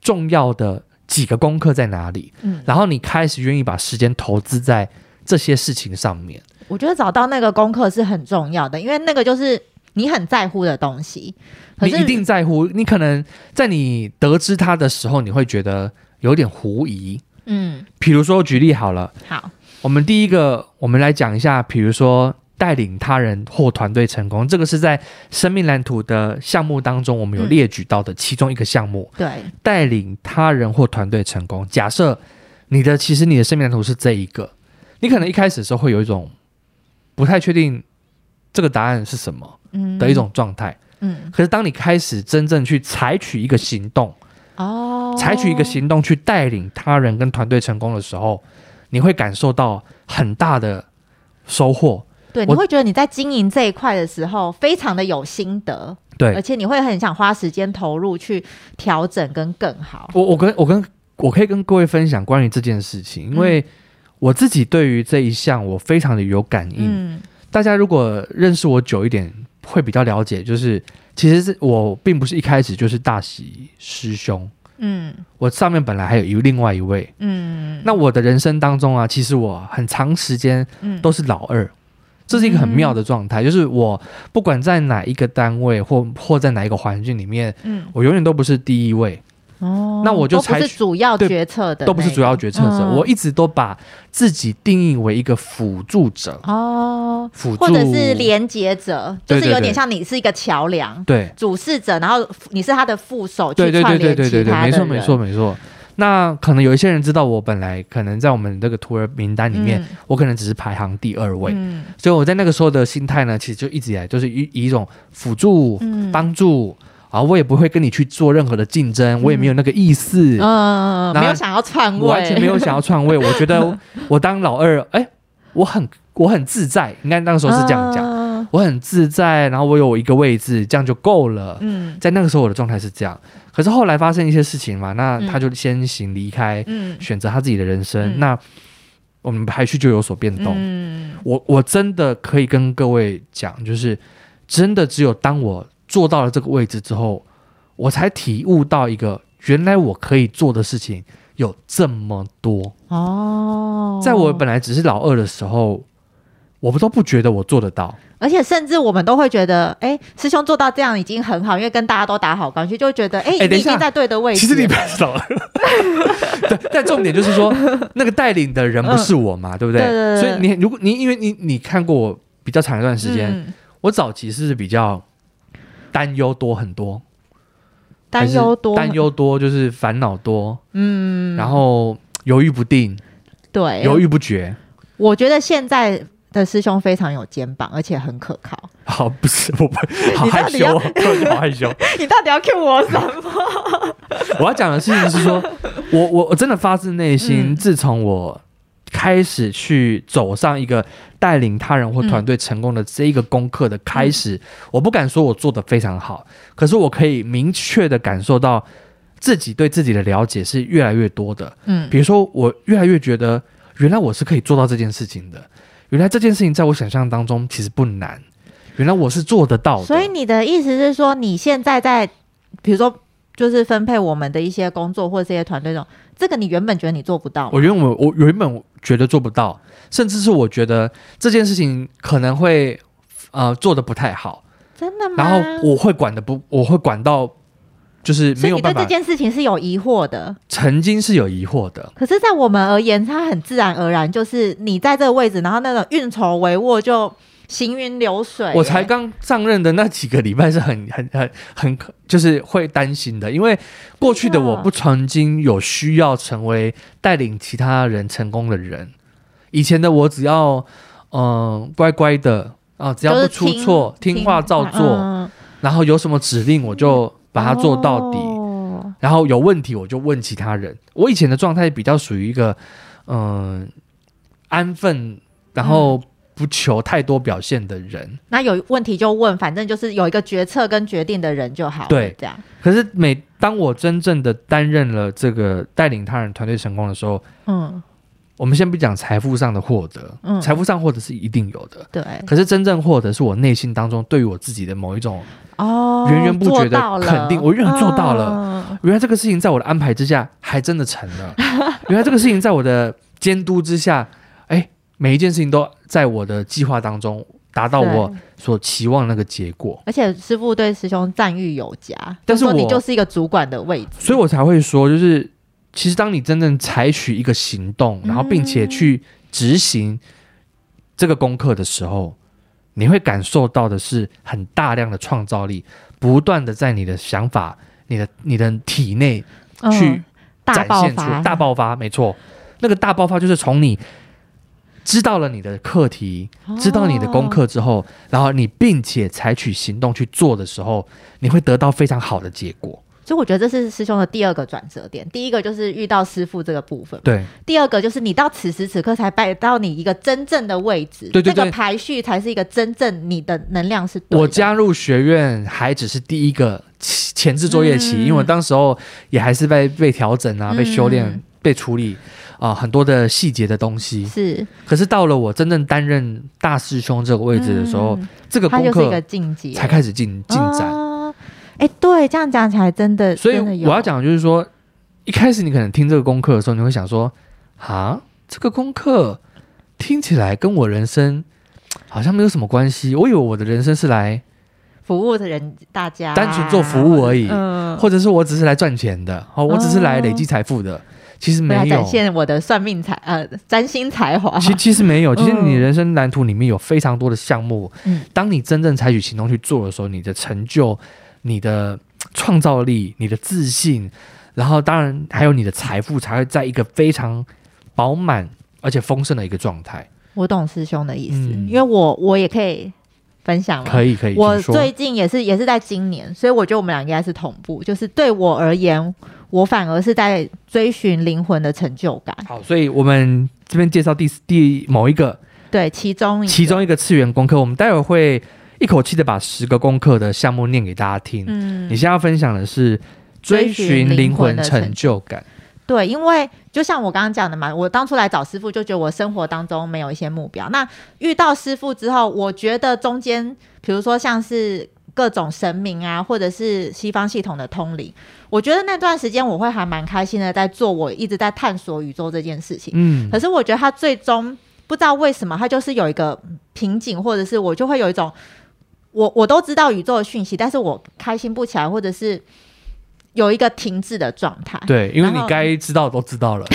[SPEAKER 2] 重要的几个功课在哪里，
[SPEAKER 3] 嗯
[SPEAKER 2] 然后你开始愿意把时间投资在这些事情上面。
[SPEAKER 3] 我觉得找到那个功课是很重要的，因为那个就是你很在乎的东西。可
[SPEAKER 2] 你
[SPEAKER 3] 是
[SPEAKER 2] 一定在乎，你可能在你得知它的时候，你会觉得有点狐疑。
[SPEAKER 3] 嗯，
[SPEAKER 2] 比如说，举例好了，
[SPEAKER 3] 好，
[SPEAKER 2] 我们第一个，我们来讲一下，比如说带领他人或团队成功，这个是在生命蓝图的项目当中，我们有
[SPEAKER 3] 嗯
[SPEAKER 2] 列举到的其中一个项目，
[SPEAKER 3] 对，
[SPEAKER 2] 带领他人或团队成功。假设你的其实你的生命蓝图是这一个，你可能一开始的时候会有一种不太确定这个答案是什么
[SPEAKER 3] 嗯
[SPEAKER 2] 的一，种状态，
[SPEAKER 3] 嗯，
[SPEAKER 2] 可是当你开始真正去采取一个行动，
[SPEAKER 3] 哦，
[SPEAKER 2] 采取一个，行动去带领他人跟团队成功的时候，你会感受到很大的收获。
[SPEAKER 3] 对，你
[SPEAKER 2] 我
[SPEAKER 3] 会觉得你在经营这一块的时候非常的有心得，而
[SPEAKER 2] 对
[SPEAKER 3] 且你会很想花时间投入去调整跟更好。
[SPEAKER 2] 我，我跟我跟我可以跟各位分享关于这件事情，因
[SPEAKER 3] 嗯
[SPEAKER 2] 为我自己对于这一项我非常的有感应。
[SPEAKER 3] 嗯
[SPEAKER 2] 大家如果认识我久一点，会比较了解，就是其实是我并不是一开始就是大喜师兄，
[SPEAKER 3] 嗯
[SPEAKER 2] 我上面本来还有一另外一位。
[SPEAKER 3] 嗯，
[SPEAKER 2] 那我的人生当中啊，其实我很长时间
[SPEAKER 3] 嗯
[SPEAKER 2] 都是老二，这是一个很妙的状态，就是我不管在哪一个单位或或在哪一个环境里面，
[SPEAKER 3] 嗯
[SPEAKER 2] 我永远都不是第一位，
[SPEAKER 3] 哦，
[SPEAKER 2] 那我就
[SPEAKER 3] 都不
[SPEAKER 2] 采
[SPEAKER 3] 是
[SPEAKER 2] 取
[SPEAKER 3] 主要
[SPEAKER 2] 对
[SPEAKER 3] 决策的那个，
[SPEAKER 2] 都不是主要决策者，
[SPEAKER 3] 嗯
[SPEAKER 2] 我一直都把自己定义为一个辅助者，
[SPEAKER 3] 哦，
[SPEAKER 2] 辅助
[SPEAKER 3] 或者是连接者，就
[SPEAKER 2] 对
[SPEAKER 3] 是
[SPEAKER 2] 对
[SPEAKER 3] 有
[SPEAKER 2] 对
[SPEAKER 3] 点像你是一个桥梁。
[SPEAKER 2] 对
[SPEAKER 3] 主事者，然后你是他的副手去
[SPEAKER 2] 对对
[SPEAKER 3] 串
[SPEAKER 2] 对对
[SPEAKER 3] 联
[SPEAKER 2] 对对
[SPEAKER 3] 其
[SPEAKER 2] 对，
[SPEAKER 3] 他的
[SPEAKER 2] 没错
[SPEAKER 3] 人，
[SPEAKER 2] 没错没错。那可能有一些人知道我本来可能在我们这个徒儿名单里面，
[SPEAKER 3] 嗯
[SPEAKER 2] 我可能只是排行第二位，
[SPEAKER 3] 嗯
[SPEAKER 2] 所以我在那个时候的心态呢，其实就一直以来就是以以一种辅助、
[SPEAKER 3] 嗯
[SPEAKER 2] 帮助啊，我也不会跟你去做任何的竞争，我也没有那个意思，
[SPEAKER 3] 嗯，
[SPEAKER 2] 那
[SPEAKER 3] 没有想要篡位，
[SPEAKER 2] 我完全没有想要篡位。我觉得我当老二，哎、我很我很自在，应该那个时候是这样讲，
[SPEAKER 3] 嗯
[SPEAKER 2] 我很自在，然后我有我一个位置，这样就够了。
[SPEAKER 3] 嗯
[SPEAKER 2] 在那个时候我的状态是这样，可是后来发生一些事情嘛，那他就先行离开，
[SPEAKER 3] 嗯
[SPEAKER 2] 选择他自己的人生，
[SPEAKER 3] 嗯
[SPEAKER 2] 那我们排序就有所变动。
[SPEAKER 3] 嗯
[SPEAKER 2] 我我真的可以跟各位讲，就是真的只有当我坐到了这个位置之后，我才体悟到一个原来我可以做的事情有这么多。
[SPEAKER 3] 哦，
[SPEAKER 2] 在我本来只是老二的时候，我不都不觉得我做得到。
[SPEAKER 3] 而且甚至我们都会觉得，哎，师兄做到这样已经很好，因为跟大家都打好关系，就会觉得，
[SPEAKER 2] 哎
[SPEAKER 3] 哎，你
[SPEAKER 2] 等一
[SPEAKER 3] 已
[SPEAKER 2] 下
[SPEAKER 3] 经在对的位置。
[SPEAKER 2] 其实你不是老二，对， 但重点就是说，那个带领的人不是我嘛，对不对？
[SPEAKER 3] 对嗯对对
[SPEAKER 2] 所以你如果你因为你你看过我比较长一段时间，
[SPEAKER 3] 嗯
[SPEAKER 2] 我早期是比较担忧多很多，
[SPEAKER 3] 担忧多，
[SPEAKER 2] 担忧多就是烦恼多，
[SPEAKER 3] 嗯，哎
[SPEAKER 2] 然后犹豫不定，
[SPEAKER 3] 对，
[SPEAKER 2] 犹豫不决。
[SPEAKER 3] 我觉得现在的师兄非常有肩膀，而且很可靠。
[SPEAKER 2] 好，不是，我不好
[SPEAKER 3] 你到
[SPEAKER 2] 害
[SPEAKER 3] 底
[SPEAKER 2] 羞
[SPEAKER 3] 要
[SPEAKER 2] 哦，对好害羞。
[SPEAKER 3] 你到底要 cue 我什么？
[SPEAKER 2] 我要讲的事情是说，我我我真的发自内心，
[SPEAKER 3] 嗯
[SPEAKER 2] 自从我开始去走上一个带领他人或团队成功的这一个功课的开
[SPEAKER 3] 嗯
[SPEAKER 2] 始，我不敢说我做的非常好，可是我可以明确的感受到自己对自己的了解是越来越多的。
[SPEAKER 3] 嗯
[SPEAKER 2] 比如说，我越来越觉得，原来我是可以做到这件事情的。原来这件事情在我想象当中其实不难，原来我是做得到的。
[SPEAKER 3] 所以你的意思是说，你现在在，比如说，就是分配我们的一些工作或者这些团队中，这个你原本觉得你做不到吗，
[SPEAKER 2] 我原本我原本觉得做不到，甚至是我觉得这件事情可能会呃做的不太好，
[SPEAKER 3] 真的吗？
[SPEAKER 2] 然后我会管的不，我会管到就是
[SPEAKER 3] 啊所
[SPEAKER 2] 没
[SPEAKER 3] 以
[SPEAKER 2] 有
[SPEAKER 3] 你对
[SPEAKER 2] 办
[SPEAKER 3] 这
[SPEAKER 2] 法。
[SPEAKER 3] 件事情是有疑惑的。
[SPEAKER 2] 曾经是有疑惑的，
[SPEAKER 3] 可是，在我们而言，它很自然而然，就是你在这个位置，然后那种运筹帷幄就行云流水。
[SPEAKER 2] 我才
[SPEAKER 3] 欸
[SPEAKER 2] 刚上任的那几个礼拜是很很很很就是会担心的，因为过去的
[SPEAKER 3] 真的
[SPEAKER 2] 我不曾经有需要成为带领其他人成功的人，以前的我只要嗯、呃乖乖的啊、只要
[SPEAKER 3] 就
[SPEAKER 2] 不
[SPEAKER 3] 是
[SPEAKER 2] 出
[SPEAKER 3] 听
[SPEAKER 2] 错，听话照做。
[SPEAKER 3] 嗯
[SPEAKER 2] 然后有什么指令我就把它做到底，
[SPEAKER 3] 哦
[SPEAKER 2] 然后有问题我就问其他人。我以前的状态比较属于一个，嗯、安分，然
[SPEAKER 3] 嗯
[SPEAKER 2] 后不求太多表现的人。
[SPEAKER 3] 那有问题就问，反正就是有一个决策跟决定的人就好了。
[SPEAKER 2] 对
[SPEAKER 3] 这样
[SPEAKER 2] 可是每当我真正的担任了这个带领他人团队成功的时候，
[SPEAKER 3] 嗯，
[SPEAKER 2] 我们先不讲财富上的获得，
[SPEAKER 3] 嗯
[SPEAKER 2] 财富上获得是一定有的。
[SPEAKER 3] 对。
[SPEAKER 2] 可是真正获得是我内心当中对于我自己的某一种，
[SPEAKER 3] 哦，
[SPEAKER 2] 源源不绝地
[SPEAKER 3] 做到了
[SPEAKER 2] 肯定我原来做到了
[SPEAKER 3] 哦嗯
[SPEAKER 2] 原来这个事情在我的安排 之下还真的成了，原来这个事情在我的监督之下，哎，每一件事情都在我的计划当中达到
[SPEAKER 3] 对
[SPEAKER 2] 我所期望那个结果，
[SPEAKER 3] 而且师傅对师兄赞誉有加，
[SPEAKER 2] 但是
[SPEAKER 3] 就说你
[SPEAKER 2] 我
[SPEAKER 3] 就是一个主管的位置，
[SPEAKER 2] 所以我才会说，就是其实当你真正采取一个行动，
[SPEAKER 3] 嗯
[SPEAKER 2] 然后并且去执行这个功课的时候，你会感受到的是很大量的创造力，不断的在你的想法、你的你的体内
[SPEAKER 3] 嗯
[SPEAKER 2] 去
[SPEAKER 3] 大
[SPEAKER 2] 展
[SPEAKER 3] 爆
[SPEAKER 2] 现出
[SPEAKER 3] 发，
[SPEAKER 2] 大爆发，没错，那个大爆发就是从你知道了你的课题，
[SPEAKER 3] 哦
[SPEAKER 2] 知道你的功课之后，然后你并且采取行动去做的时候，你会得到非常好的结果。
[SPEAKER 3] 所以我觉得这是师兄的第二个转折点。第一个就是遇到师傅这个部分，
[SPEAKER 2] 对
[SPEAKER 3] 第二个就是你到此时此刻才摆到你一个真正的位置，
[SPEAKER 2] 对对
[SPEAKER 3] 这
[SPEAKER 2] 对
[SPEAKER 3] 个排序才是一个真正你的能量是对的。
[SPEAKER 2] 我加入学院还只是第一个期前置作业期，
[SPEAKER 3] 嗯
[SPEAKER 2] 因为我当时候也还是被被调整啊，
[SPEAKER 3] 嗯
[SPEAKER 2] 被修炼、被处理啊、很多的细节的东西。
[SPEAKER 3] 是
[SPEAKER 2] 可是到了我真正担任大师兄这个位置的时候，
[SPEAKER 3] 嗯
[SPEAKER 2] 这个
[SPEAKER 3] 它
[SPEAKER 2] 功
[SPEAKER 3] 就是一个
[SPEAKER 2] 课
[SPEAKER 3] 境界
[SPEAKER 2] 才开始进进展。
[SPEAKER 3] 哦哎、对，这样讲起来真的，
[SPEAKER 2] 所以
[SPEAKER 3] 真的有
[SPEAKER 2] 我要，讲的就是说，一开始你可能听这个功课的时候，你会想说，啊，这个功课听起来跟我人生好像没有什么关系。我以为我的人生是来
[SPEAKER 3] 服务的人大家
[SPEAKER 2] 单纯做服务而已，
[SPEAKER 3] 嗯，
[SPEAKER 2] 或者是我只是来赚钱的，哦，我只是来累积财富的。其实
[SPEAKER 3] 来
[SPEAKER 2] 没有
[SPEAKER 3] 展，现我的算命才呃占星才华。
[SPEAKER 2] 其其实没有。其实你
[SPEAKER 3] 嗯
[SPEAKER 2] 人生蓝图里面有非常多的项目，
[SPEAKER 3] 嗯
[SPEAKER 2] 当你真正采取行动去做的时候，你的成就、你的创造力、你的自信，然后当然还有你的财富，才会在一个非常饱满而且丰盛的一个状态。
[SPEAKER 3] 我懂师兄的意思，
[SPEAKER 2] 嗯
[SPEAKER 3] 因为我我也可以分享吗？
[SPEAKER 2] 可以，可以，
[SPEAKER 3] 我
[SPEAKER 2] 请说
[SPEAKER 3] 最近也是也是在今年，所以我觉得我们俩应该是同步。就是对我而言，我反而是在追寻灵魂的成就感。
[SPEAKER 2] 好，所以我们这边介绍第第某一个
[SPEAKER 3] 对，其中一个
[SPEAKER 2] 其中一个次元功课，我们待会儿会一口气的把十个功课的项目念给大家听。
[SPEAKER 3] 嗯
[SPEAKER 2] 你，现在要分享的是追
[SPEAKER 3] 追寻
[SPEAKER 2] 寻灵
[SPEAKER 3] 灵魂
[SPEAKER 2] 魂
[SPEAKER 3] 的
[SPEAKER 2] 成
[SPEAKER 3] 成
[SPEAKER 2] 就感，
[SPEAKER 3] 对，因为就像我刚刚讲的嘛，我当初来找师傅就觉得我生活当中没有一些目标。那遇到师傅之后，我觉得中间，比如说像是各种神明啊，或者是西方系统的通灵，我觉得那段时间我会还蛮开心的，在做我一直在探索宇宙这件事情。
[SPEAKER 2] 嗯
[SPEAKER 3] 可，是我觉得他最终不知道为什么，他就是有一个瓶颈，或者是我就会有一种，我我都知道宇宙的讯息，但是我开心不起来，或者是有一个停滞的状态。
[SPEAKER 2] 对，因为你
[SPEAKER 3] 哎然后
[SPEAKER 2] 该知道都知道 了，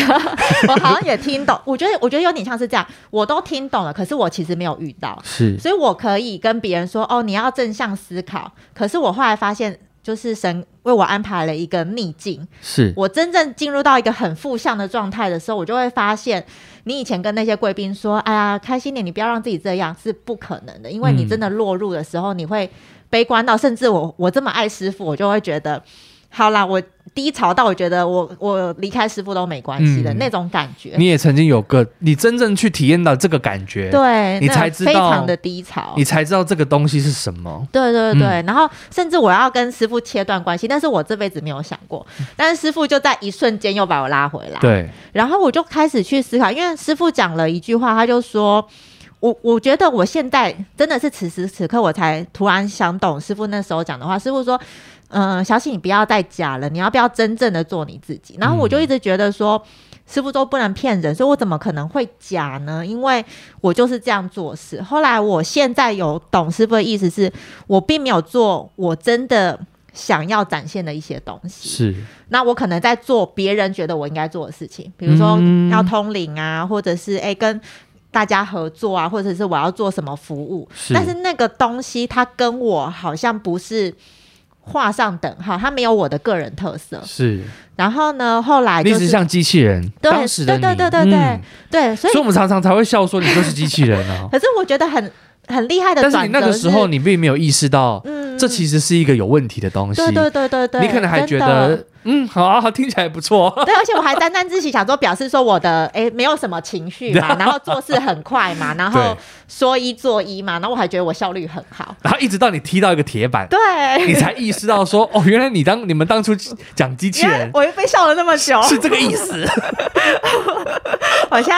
[SPEAKER 3] 我好像也听懂，我觉得我觉得有点像是这样，我都听懂了，可是我其实没有遇到，
[SPEAKER 2] 是
[SPEAKER 3] 所以我可以跟别人说哦，你要正向思考，可是我后来发现。就是神为我安排了一个逆境，
[SPEAKER 2] 是，
[SPEAKER 3] 我真正进入到一个很负向的状态的时候，我就会发现，你以前跟那些贵宾说：“哎呀，开心点，你不要让自己这样”是不可能的，因为你
[SPEAKER 2] 嗯
[SPEAKER 3] 真的落入的时候，你会悲观到，甚至我我这么爱师傅，我就会觉得，好啦，我低潮到我觉得我我离开师傅都没关系的、
[SPEAKER 2] 嗯
[SPEAKER 3] 那种感觉。
[SPEAKER 2] 你也曾经有个，你真正去体验到这个感觉，
[SPEAKER 3] 对，
[SPEAKER 2] 你
[SPEAKER 3] 那
[SPEAKER 2] 才知
[SPEAKER 3] 非
[SPEAKER 2] 道
[SPEAKER 3] 常的低潮
[SPEAKER 2] 你。嗯才知道这个东西是什么。
[SPEAKER 3] 对对对，然后甚至我要跟师傅切断关系，但是我这辈子没有想过，
[SPEAKER 2] 嗯
[SPEAKER 3] 但是师傅就在一瞬间又把我拉回来。
[SPEAKER 2] 对，
[SPEAKER 3] 然后我就开始去思考，因为师傅讲了一句话，他就说。我我觉得我现在真的是此时此刻，我才突然想懂师傅那时候讲的话。师傅说：“嗯、小喜，你不要再假了，你要不要真正的做你自己？”然后我就一直觉得说，师傅都不能骗人，所以我怎么可能会假呢？因为我就是这样做事。后来我现在有懂师傅的意思是，我并没有做我真的想要展现的一些东西。
[SPEAKER 2] 是，
[SPEAKER 3] 那我可能在做别人觉得我应该做的事情，比如说
[SPEAKER 2] 嗯
[SPEAKER 3] 要通灵啊，或者是诶跟大家合作啊，或者是我要做什么服务，
[SPEAKER 2] 是
[SPEAKER 3] 但是那个东西它跟我好像不是画上等号，它没有我的个人特色。
[SPEAKER 2] 是，
[SPEAKER 3] 然后呢，后来
[SPEAKER 2] 你
[SPEAKER 3] 哎就
[SPEAKER 2] 只是
[SPEAKER 3] 是
[SPEAKER 2] 像机器人，
[SPEAKER 3] 对
[SPEAKER 2] 当时的你，
[SPEAKER 3] 对对对对对
[SPEAKER 2] 嗯
[SPEAKER 3] 对，
[SPEAKER 2] 所
[SPEAKER 3] 所以
[SPEAKER 2] 以我们常常才会笑说你就是机器人啊
[SPEAKER 3] 。可是我觉得很很厉害的
[SPEAKER 2] 但
[SPEAKER 3] 转折
[SPEAKER 2] 是你那个时候，
[SPEAKER 3] 是
[SPEAKER 2] 你并没有意识到，
[SPEAKER 3] 嗯
[SPEAKER 2] 这其实是一个有问题的东西。
[SPEAKER 3] 对对对对对，
[SPEAKER 2] 你可能还觉
[SPEAKER 3] 真的
[SPEAKER 2] 得，嗯，好啊，听起来不错。
[SPEAKER 3] 对，而且我还沾沾自喜，想说表示说我的哎、诶没有什么情绪 嘛，然后做事很快嘛，然后
[SPEAKER 2] 对
[SPEAKER 3] 说一做一嘛，然后我还觉得我效率很好。
[SPEAKER 2] 然后一直到你踢到一个铁板，
[SPEAKER 3] 对，
[SPEAKER 2] 你才意识到说，哦，原来你当你们当初讲机器
[SPEAKER 3] 原来
[SPEAKER 2] 人
[SPEAKER 3] 我又被笑了那么久，
[SPEAKER 2] 是这个意思。
[SPEAKER 3] 我现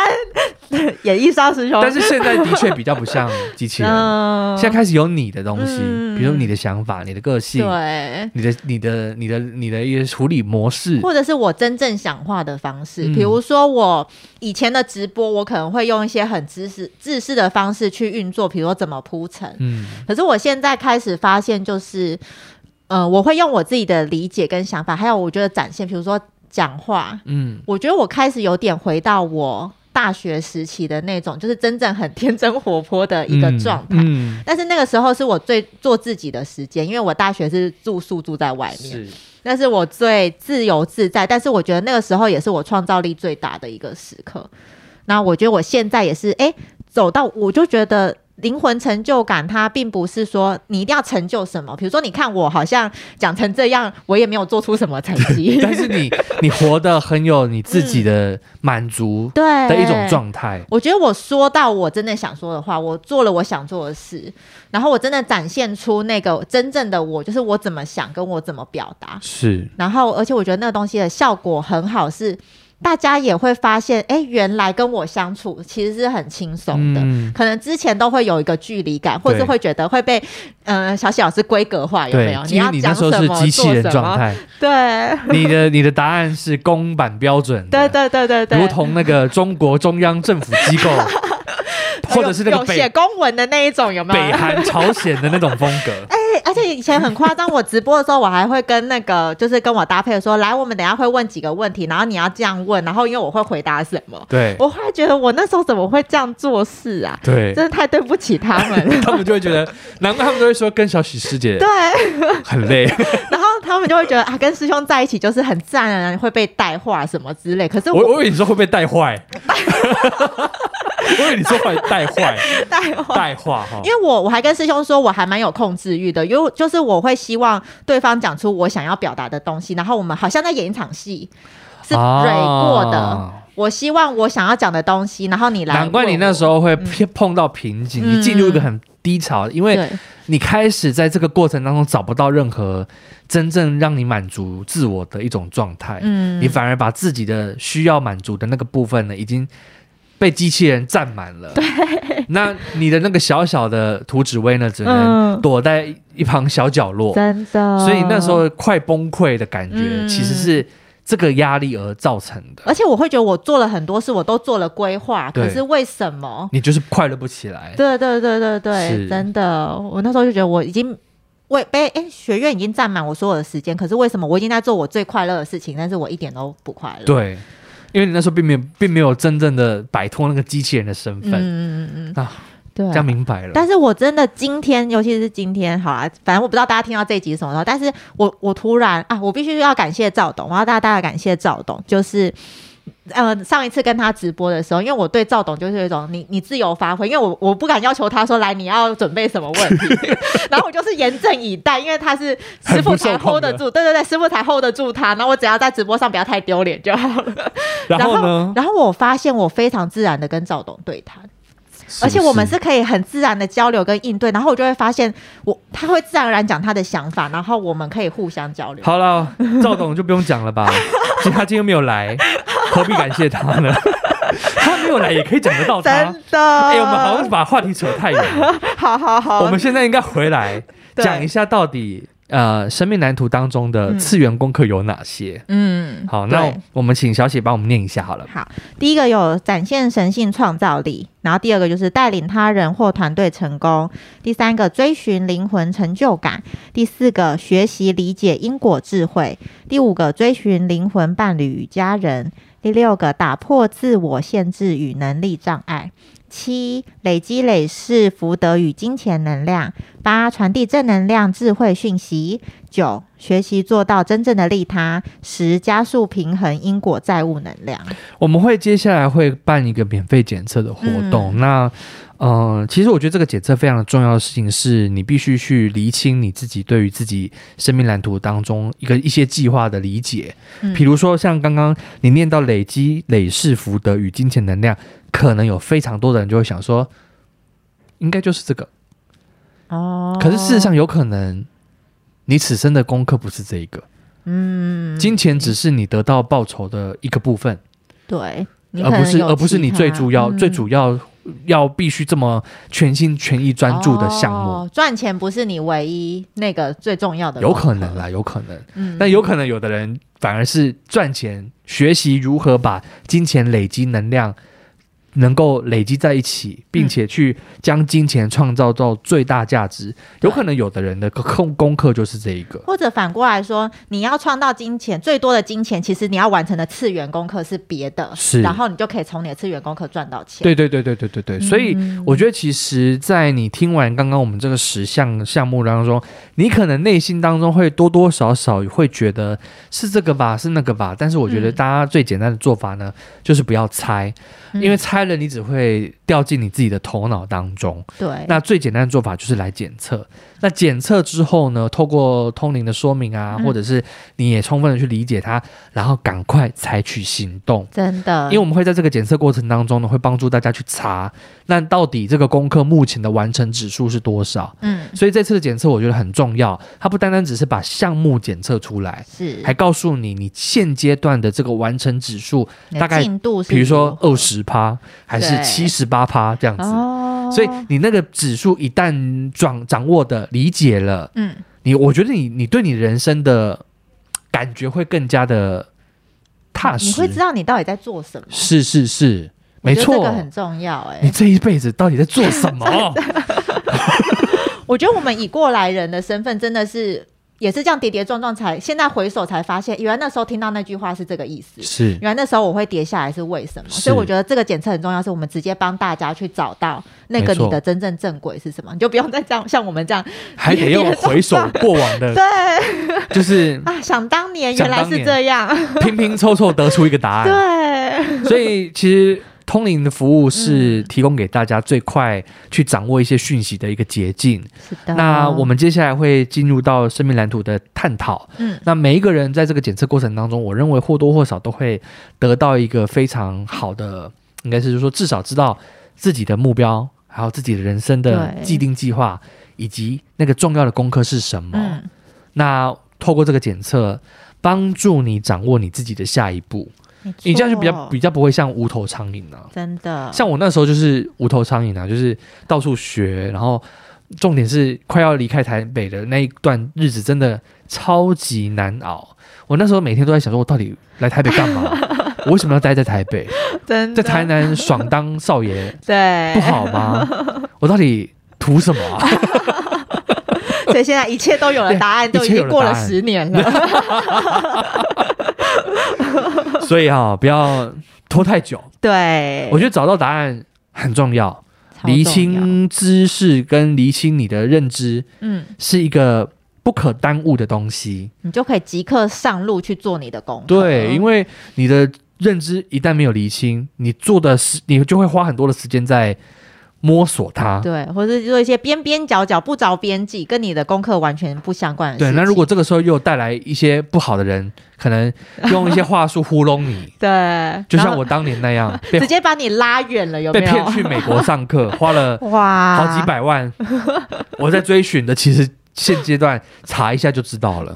[SPEAKER 3] 在演艺上师兄，
[SPEAKER 2] 但是现在的确比较不像机器人，
[SPEAKER 3] 哦 嗯，
[SPEAKER 2] 现在开始有你的东西，
[SPEAKER 3] 嗯
[SPEAKER 2] 比如你的想法、你的个性、
[SPEAKER 3] 对。
[SPEAKER 2] 你的、你的、你的、你的一些处理模式，
[SPEAKER 3] 或者是我真正讲话的方式，
[SPEAKER 2] 嗯
[SPEAKER 3] 比如说我以前的直播，我可能会用一些很知识、知识的方式去运作，比如说怎么铺陈。
[SPEAKER 2] 嗯
[SPEAKER 3] 可是我现在开始发现，就是，呃，我会用我自己的理解跟想法，还有我觉得展现，比如说讲话，
[SPEAKER 2] 嗯，
[SPEAKER 3] 我觉得我开始有点回到我大学时期的那种，就是真正很天真活泼的一个
[SPEAKER 2] 嗯
[SPEAKER 3] 状态。
[SPEAKER 2] 嗯，
[SPEAKER 3] 但是那个时候是我最做自己的时间，因为我大学是住宿住在外面，
[SPEAKER 2] 是
[SPEAKER 3] 那是我最自由自在。但是我觉得那个时候也是我创造力最大的一个时刻。那我觉得我现在也是，哎、走到我就觉得灵魂成就感，它并不是说你一定要成就什么。比如说，你看我好像讲成这样，我也没有做出 什么成绩，
[SPEAKER 2] 但是 你你活得很有你自己的
[SPEAKER 3] 嗯
[SPEAKER 2] 满足
[SPEAKER 3] 对
[SPEAKER 2] 的一种状态，
[SPEAKER 3] 我觉得我说到我真的想说的话，我做了我想做的事，然后我真的展现出那个真正的我，就是我怎么想跟我怎么表达。
[SPEAKER 2] 是
[SPEAKER 3] 然后，而且我觉得那个东西的效果很好是，大家也会发现，哎，原来跟我相处其实是很轻松的。
[SPEAKER 2] 嗯
[SPEAKER 3] 可能之前都会有一个距离感，或是
[SPEAKER 2] 对
[SPEAKER 3] 会觉得会被，呃，小喜老师规格化，有没
[SPEAKER 2] 对
[SPEAKER 3] 有？，你
[SPEAKER 2] 因为
[SPEAKER 3] 要
[SPEAKER 2] 你那
[SPEAKER 3] 讲
[SPEAKER 2] 时候
[SPEAKER 3] 什
[SPEAKER 2] 是
[SPEAKER 3] 么，
[SPEAKER 2] 机器
[SPEAKER 3] 做
[SPEAKER 2] 人
[SPEAKER 3] 什
[SPEAKER 2] 状
[SPEAKER 3] 么，
[SPEAKER 2] 态，
[SPEAKER 3] 对，
[SPEAKER 2] 你的你的答案是公版标准的，
[SPEAKER 3] 对对对对对，
[SPEAKER 2] 啊如同那个中国中央政府机构， 或者是那
[SPEAKER 3] 有
[SPEAKER 2] 个啊
[SPEAKER 3] 有写
[SPEAKER 2] 北
[SPEAKER 3] 公文的那一种，有没有？
[SPEAKER 2] 北韩、朝鲜的那种风 格。
[SPEAKER 3] 对而且以前很夸张，我直播的时候，我还会跟那个就是跟我搭配说，来，我们等一下会问几个问题，然后你要这样问，然后因为我会回答什么。
[SPEAKER 2] 对
[SPEAKER 3] 我后来觉得我那时候怎么会这样做事啊？
[SPEAKER 2] 对，
[SPEAKER 3] 真的太对不起他们 了。
[SPEAKER 2] 他们就会觉得，难怪他们都会说跟小许师姐
[SPEAKER 3] 对，
[SPEAKER 2] 很累。
[SPEAKER 3] 然后他们就会觉得啊，跟师兄在一起就是很自然而然会被带化什么之类。可是
[SPEAKER 2] 我
[SPEAKER 3] 我
[SPEAKER 2] 我以为你说会被带 坏，我以为你说会带 坏
[SPEAKER 3] 带化，
[SPEAKER 2] 带话哈
[SPEAKER 3] 因。为我我还跟师兄说，我还蛮有控制欲的，因为就是我会希望对方讲出我想要表达的东西，然后我们好像在演一场戏，是蕊过的。
[SPEAKER 2] 啊
[SPEAKER 3] 我希望我想要讲的东西，然后你来问我。
[SPEAKER 2] 难怪你那时候会
[SPEAKER 3] 嗯
[SPEAKER 2] 碰碰到瓶颈，你进入一个很低潮，因为
[SPEAKER 3] 对
[SPEAKER 2] 你开始在这个过程当中找不到任何真正让你满足自我的一种状态，
[SPEAKER 3] 嗯
[SPEAKER 2] 你反而把自己的需要满足的那个部分呢，已经被机器人占满了。对，那你的那个小小的图纸威呢，只能
[SPEAKER 3] 嗯
[SPEAKER 2] 躲在一旁小角落，
[SPEAKER 3] 真的，
[SPEAKER 2] 所以那时，候快崩溃的感觉，
[SPEAKER 3] 嗯哦
[SPEAKER 2] 其实是这个压力而造成的。
[SPEAKER 3] 而且我会觉得我做了很多事，我都做了规划，
[SPEAKER 2] 对
[SPEAKER 3] 可是为什么？
[SPEAKER 2] 你就是快乐不起来，
[SPEAKER 3] 对对对对
[SPEAKER 2] 是
[SPEAKER 3] 对，真的，我那时候就觉得我已经。为被哎、学院已经占满我所有的时间，可是为什么我已经在做我最快乐的事情，但是我一点都不快乐？，
[SPEAKER 2] 对，因为你那时候并没有，并没有真正的摆脱那个机器人的身
[SPEAKER 3] 嗯
[SPEAKER 2] 份，
[SPEAKER 3] 嗯嗯嗯
[SPEAKER 2] 啊，
[SPEAKER 3] 对
[SPEAKER 2] 这样明白了。
[SPEAKER 3] 但是我真的今天，尤其是今天，好啦，反正我不知道大家听到这一集是什么时候，但是我我突然啊，我必须要感谢赵董，我要大大感谢赵董，就是。呃，上一次跟他直播的时候，因为我对赵董就是有一种你你自由发挥，因为我我不敢要求他说来你要准备什么问题， 然后我就是严阵以待，因为他是师
[SPEAKER 2] 很不
[SPEAKER 3] 傅
[SPEAKER 2] 受
[SPEAKER 3] 才
[SPEAKER 2] 控
[SPEAKER 3] hold 得
[SPEAKER 2] 的
[SPEAKER 3] 住，对对对，师傅才 hold 得住他，然后我只要在直播上不要太丢脸就好了。
[SPEAKER 2] 然后呢？
[SPEAKER 3] 然后我发现我非常自然的跟赵董对谈，
[SPEAKER 2] 是
[SPEAKER 3] 而且我们
[SPEAKER 2] 不
[SPEAKER 3] 是可以很自然的交流跟应对，然后我就会发现我他会自然而然讲他的想法，然后我们可以互相交流。
[SPEAKER 2] 好了，赵董就不用讲了吧？其实他今天没有来，何必感谢他呢？ 他没有来也可以讲得到
[SPEAKER 3] 真
[SPEAKER 2] 他。
[SPEAKER 3] 的，
[SPEAKER 2] 哎、
[SPEAKER 3] 哎
[SPEAKER 2] 我们好像把话题扯太远了。
[SPEAKER 3] 好好好，
[SPEAKER 2] 我们现在应该回来
[SPEAKER 3] 对
[SPEAKER 2] 讲一下到底呃生命蓝图当中的次元功课有哪些。
[SPEAKER 3] 嗯，
[SPEAKER 2] 好，
[SPEAKER 3] 对
[SPEAKER 2] 那我们请小雪帮我们念一下好了。
[SPEAKER 3] 好，第一个有展现神性创造力，然后第二个就是带领他人或团队成功，第三个追寻灵魂成就感，第四个学习理解因果智慧，第五个追寻灵魂伴侣与家人，第六个打破自我限制与能力障碍。七、累积累世福德与金钱能量；八、传递正能量智慧讯息；九、学习做到真正的利他；十、加速平衡因果债务能量。
[SPEAKER 2] 我们会接下来会办一个免费检测的活
[SPEAKER 3] 嗯
[SPEAKER 2] 动。那呃，其实我觉得这个检测非常的重要的事情是，你必须去厘清你自己对于自己生命蓝图当中一个一些计划的理解。
[SPEAKER 3] 嗯
[SPEAKER 2] 比如说，像刚刚你念到累积累世福德与金钱能量，可能有非常多的人就会想说，应该就是这个。
[SPEAKER 3] 哦，
[SPEAKER 2] 可是事实，上，有可能你此生的功课不是这一个，
[SPEAKER 3] 嗯，
[SPEAKER 2] 金钱只是你得到报酬的一个部分。
[SPEAKER 3] 对，你可
[SPEAKER 2] 而
[SPEAKER 3] 能
[SPEAKER 2] 不是
[SPEAKER 3] 有
[SPEAKER 2] 而不是
[SPEAKER 3] 其
[SPEAKER 2] 你
[SPEAKER 3] 他
[SPEAKER 2] 最主要、
[SPEAKER 3] 嗯
[SPEAKER 2] 最主要要必须这么全心全意专注的项目，
[SPEAKER 3] 哦赚钱不是你唯一那个最重要的，
[SPEAKER 2] 有可能，啦，有可能。
[SPEAKER 3] 嗯
[SPEAKER 2] 但有可能有的人反而是赚钱，学习如何把金钱累积能量能够累积在一起，
[SPEAKER 3] 嗯
[SPEAKER 2] 并且去将金钱创造到最大价值。有可能有的人的功功课就是这一个。
[SPEAKER 3] 或者反过来说，你要创造金钱最多的金钱，其实你要完成的次元功课是别的，
[SPEAKER 2] 是
[SPEAKER 3] 然后你就可以从你的次元功课赚到钱。
[SPEAKER 2] 对对对对对对对，
[SPEAKER 3] 嗯
[SPEAKER 2] 所以我觉得其实，在你听完刚刚我们这个十项项目当中，你可能内心当中会多多少少会觉得是这个吧，是那个吧。但是我觉得
[SPEAKER 3] 嗯
[SPEAKER 2] 大家最简单的做法呢，就是不要猜，
[SPEAKER 3] 嗯
[SPEAKER 2] 因为猜了你只会掉进你自己的头脑当中。
[SPEAKER 3] 对，
[SPEAKER 2] 那最简单的做法就是来检测。那检测之后呢，透过通灵的说明啊，
[SPEAKER 3] 嗯
[SPEAKER 2] 或者是你也充分的去理解它，然后赶快采取行动。
[SPEAKER 3] 真的，
[SPEAKER 2] 因为我们会在这个检测过程当中呢，会帮助大家去查，那到底这个功课目前的完成指数是多少？
[SPEAKER 3] 嗯
[SPEAKER 2] 所以这次的检测我觉得很重要，它不单单只是把项目检测出来，
[SPEAKER 3] 是
[SPEAKER 2] 还告诉你你现阶段的这个完成指数，
[SPEAKER 3] 你的
[SPEAKER 2] 大概
[SPEAKER 3] 进度是何，
[SPEAKER 2] 比如说二十趴还是七十八趴这样子。
[SPEAKER 3] 哦，
[SPEAKER 2] 所以你那个指数一旦掌掌握的理解了，
[SPEAKER 3] 嗯，
[SPEAKER 2] 你我觉得你你对你人生的嘖感觉会更加的踏
[SPEAKER 3] 你
[SPEAKER 2] 实
[SPEAKER 3] 会。知道你到底在做什么，
[SPEAKER 2] 是是是，没
[SPEAKER 3] 我觉得
[SPEAKER 2] 错，
[SPEAKER 3] 这个很重要、
[SPEAKER 2] 你
[SPEAKER 3] 哎，
[SPEAKER 2] 这一辈子到底在做什 么？
[SPEAKER 3] 我觉得我们以过来人的身份，真的是也是这样跌跌撞撞才，现在回首才发现，原来那时候听到那句话是这个意思。
[SPEAKER 2] 是
[SPEAKER 3] 原来那时候我会跌下来是为什么？所以
[SPEAKER 2] 是
[SPEAKER 3] 我觉得这个检测很重要，是我们直接帮大家去找到那个
[SPEAKER 2] 没错
[SPEAKER 3] 你的真正正轨是什么，你就不用再这样像我们这样
[SPEAKER 2] 还得要回首过往 的，
[SPEAKER 3] 对
[SPEAKER 2] 就是
[SPEAKER 3] 啊，想当年
[SPEAKER 2] 想
[SPEAKER 3] 原来
[SPEAKER 2] 当
[SPEAKER 3] 是
[SPEAKER 2] 年
[SPEAKER 3] 这样，
[SPEAKER 2] 拼拼凑凑得出一个答案。
[SPEAKER 3] 对，
[SPEAKER 2] 所以其实通灵的服务是提供给大家最快去掌握一些讯息的一个捷径。
[SPEAKER 3] 是的。
[SPEAKER 2] 那我们接下来会进入到生命蓝图的探讨。
[SPEAKER 3] 嗯
[SPEAKER 2] 那每一个人在这个检测过程当中，我认为或多或少都会得到一个非常好的，应该是说至少知道自己的目标，还有自己的人生的
[SPEAKER 3] 对
[SPEAKER 2] 既定计划，以及那个重要的功课是什么。
[SPEAKER 3] 嗯，
[SPEAKER 2] 那透过这个检测，帮助你掌握你自己的下一步，
[SPEAKER 3] 没
[SPEAKER 2] 你这样就比较
[SPEAKER 3] 错
[SPEAKER 2] 比较不会像无头苍蝇啊。
[SPEAKER 3] 真的
[SPEAKER 2] 像我那时候就是无头苍蝇啊，就是到处学，然后重点是快要离开台北的那一段日子真的超级难熬。我那时候每天都在想说，我到底来台北干 嘛？我为什么要待在台北？
[SPEAKER 3] 真
[SPEAKER 2] 在
[SPEAKER 3] 的啊
[SPEAKER 2] 台南爽当少爷
[SPEAKER 3] 对
[SPEAKER 2] 不好 吗？我到底图什么啊？
[SPEAKER 3] 所以现在一切都有了答案，
[SPEAKER 2] 对
[SPEAKER 3] 都已经过 了
[SPEAKER 2] 一切有了答案
[SPEAKER 3] 十年 了。
[SPEAKER 2] 所以啊，不要拖太久。
[SPEAKER 3] 对，
[SPEAKER 2] 我
[SPEAKER 3] 觉
[SPEAKER 2] 觉得找到答案很重要，
[SPEAKER 3] 得
[SPEAKER 2] 厘，清知识跟厘清你的认知
[SPEAKER 3] 嗯，
[SPEAKER 2] 是一个不可耽误的东西。
[SPEAKER 3] 你就可以即刻上路去做你的功课。
[SPEAKER 2] 对，因
[SPEAKER 3] 为
[SPEAKER 2] 为你的认知一旦没有厘清，你做的时你就会花很多的时间在摸索它。
[SPEAKER 3] 对，或者是做一些边边角角不着边际，跟你的功课完全不相关的事
[SPEAKER 2] 对，
[SPEAKER 3] 情。，
[SPEAKER 2] 那如果这个时候又带来一些不好的人，可能用一些话术糊弄你
[SPEAKER 3] 对，
[SPEAKER 2] 就
[SPEAKER 3] 然
[SPEAKER 2] 像
[SPEAKER 3] 后
[SPEAKER 2] 我当年那样，被
[SPEAKER 3] 直接把你拉远了，有没
[SPEAKER 2] 被骗
[SPEAKER 3] 有？
[SPEAKER 2] 去美国上课，花了
[SPEAKER 3] 哇，
[SPEAKER 2] 好几百 万。
[SPEAKER 3] 啊
[SPEAKER 2] 我在追寻的，其实现阶段查一下就知道 了。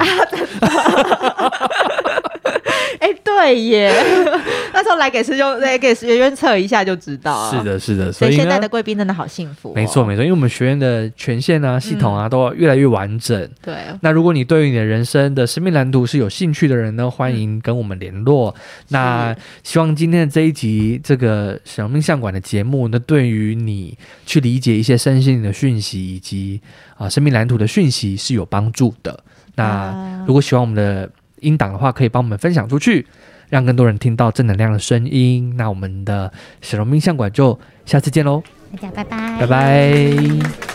[SPEAKER 3] 哎、对耶， 那时候来给师兄、来给学员测一下就知道了。
[SPEAKER 2] 是，的，是的，
[SPEAKER 3] 所
[SPEAKER 2] 所
[SPEAKER 3] 以
[SPEAKER 2] 以
[SPEAKER 3] 现在
[SPEAKER 2] 呢
[SPEAKER 3] 的，贵宾真的好幸福、哦
[SPEAKER 2] 没错，，没错，因为我们学院的权限啊、系统
[SPEAKER 3] 嗯
[SPEAKER 2] 啊，都越来越完整。
[SPEAKER 3] 对，
[SPEAKER 2] 那如果你对于你的人生的生命蓝图是有兴趣的人呢，欢迎跟我们联络。
[SPEAKER 3] 嗯
[SPEAKER 2] 那希望今天的这一集这个小命相馆的节目呢，对于你去理解一些身心灵的讯息以及啊、生命蓝图的讯息是有帮助的。那
[SPEAKER 3] 啊
[SPEAKER 2] 如果喜欢我们的音档的话，可以帮我们分享出去，让更多人听到正能量的声音。那我们的小龙命相馆就下次见喽，
[SPEAKER 3] 大家拜
[SPEAKER 2] 拜
[SPEAKER 3] 拜
[SPEAKER 2] 拜。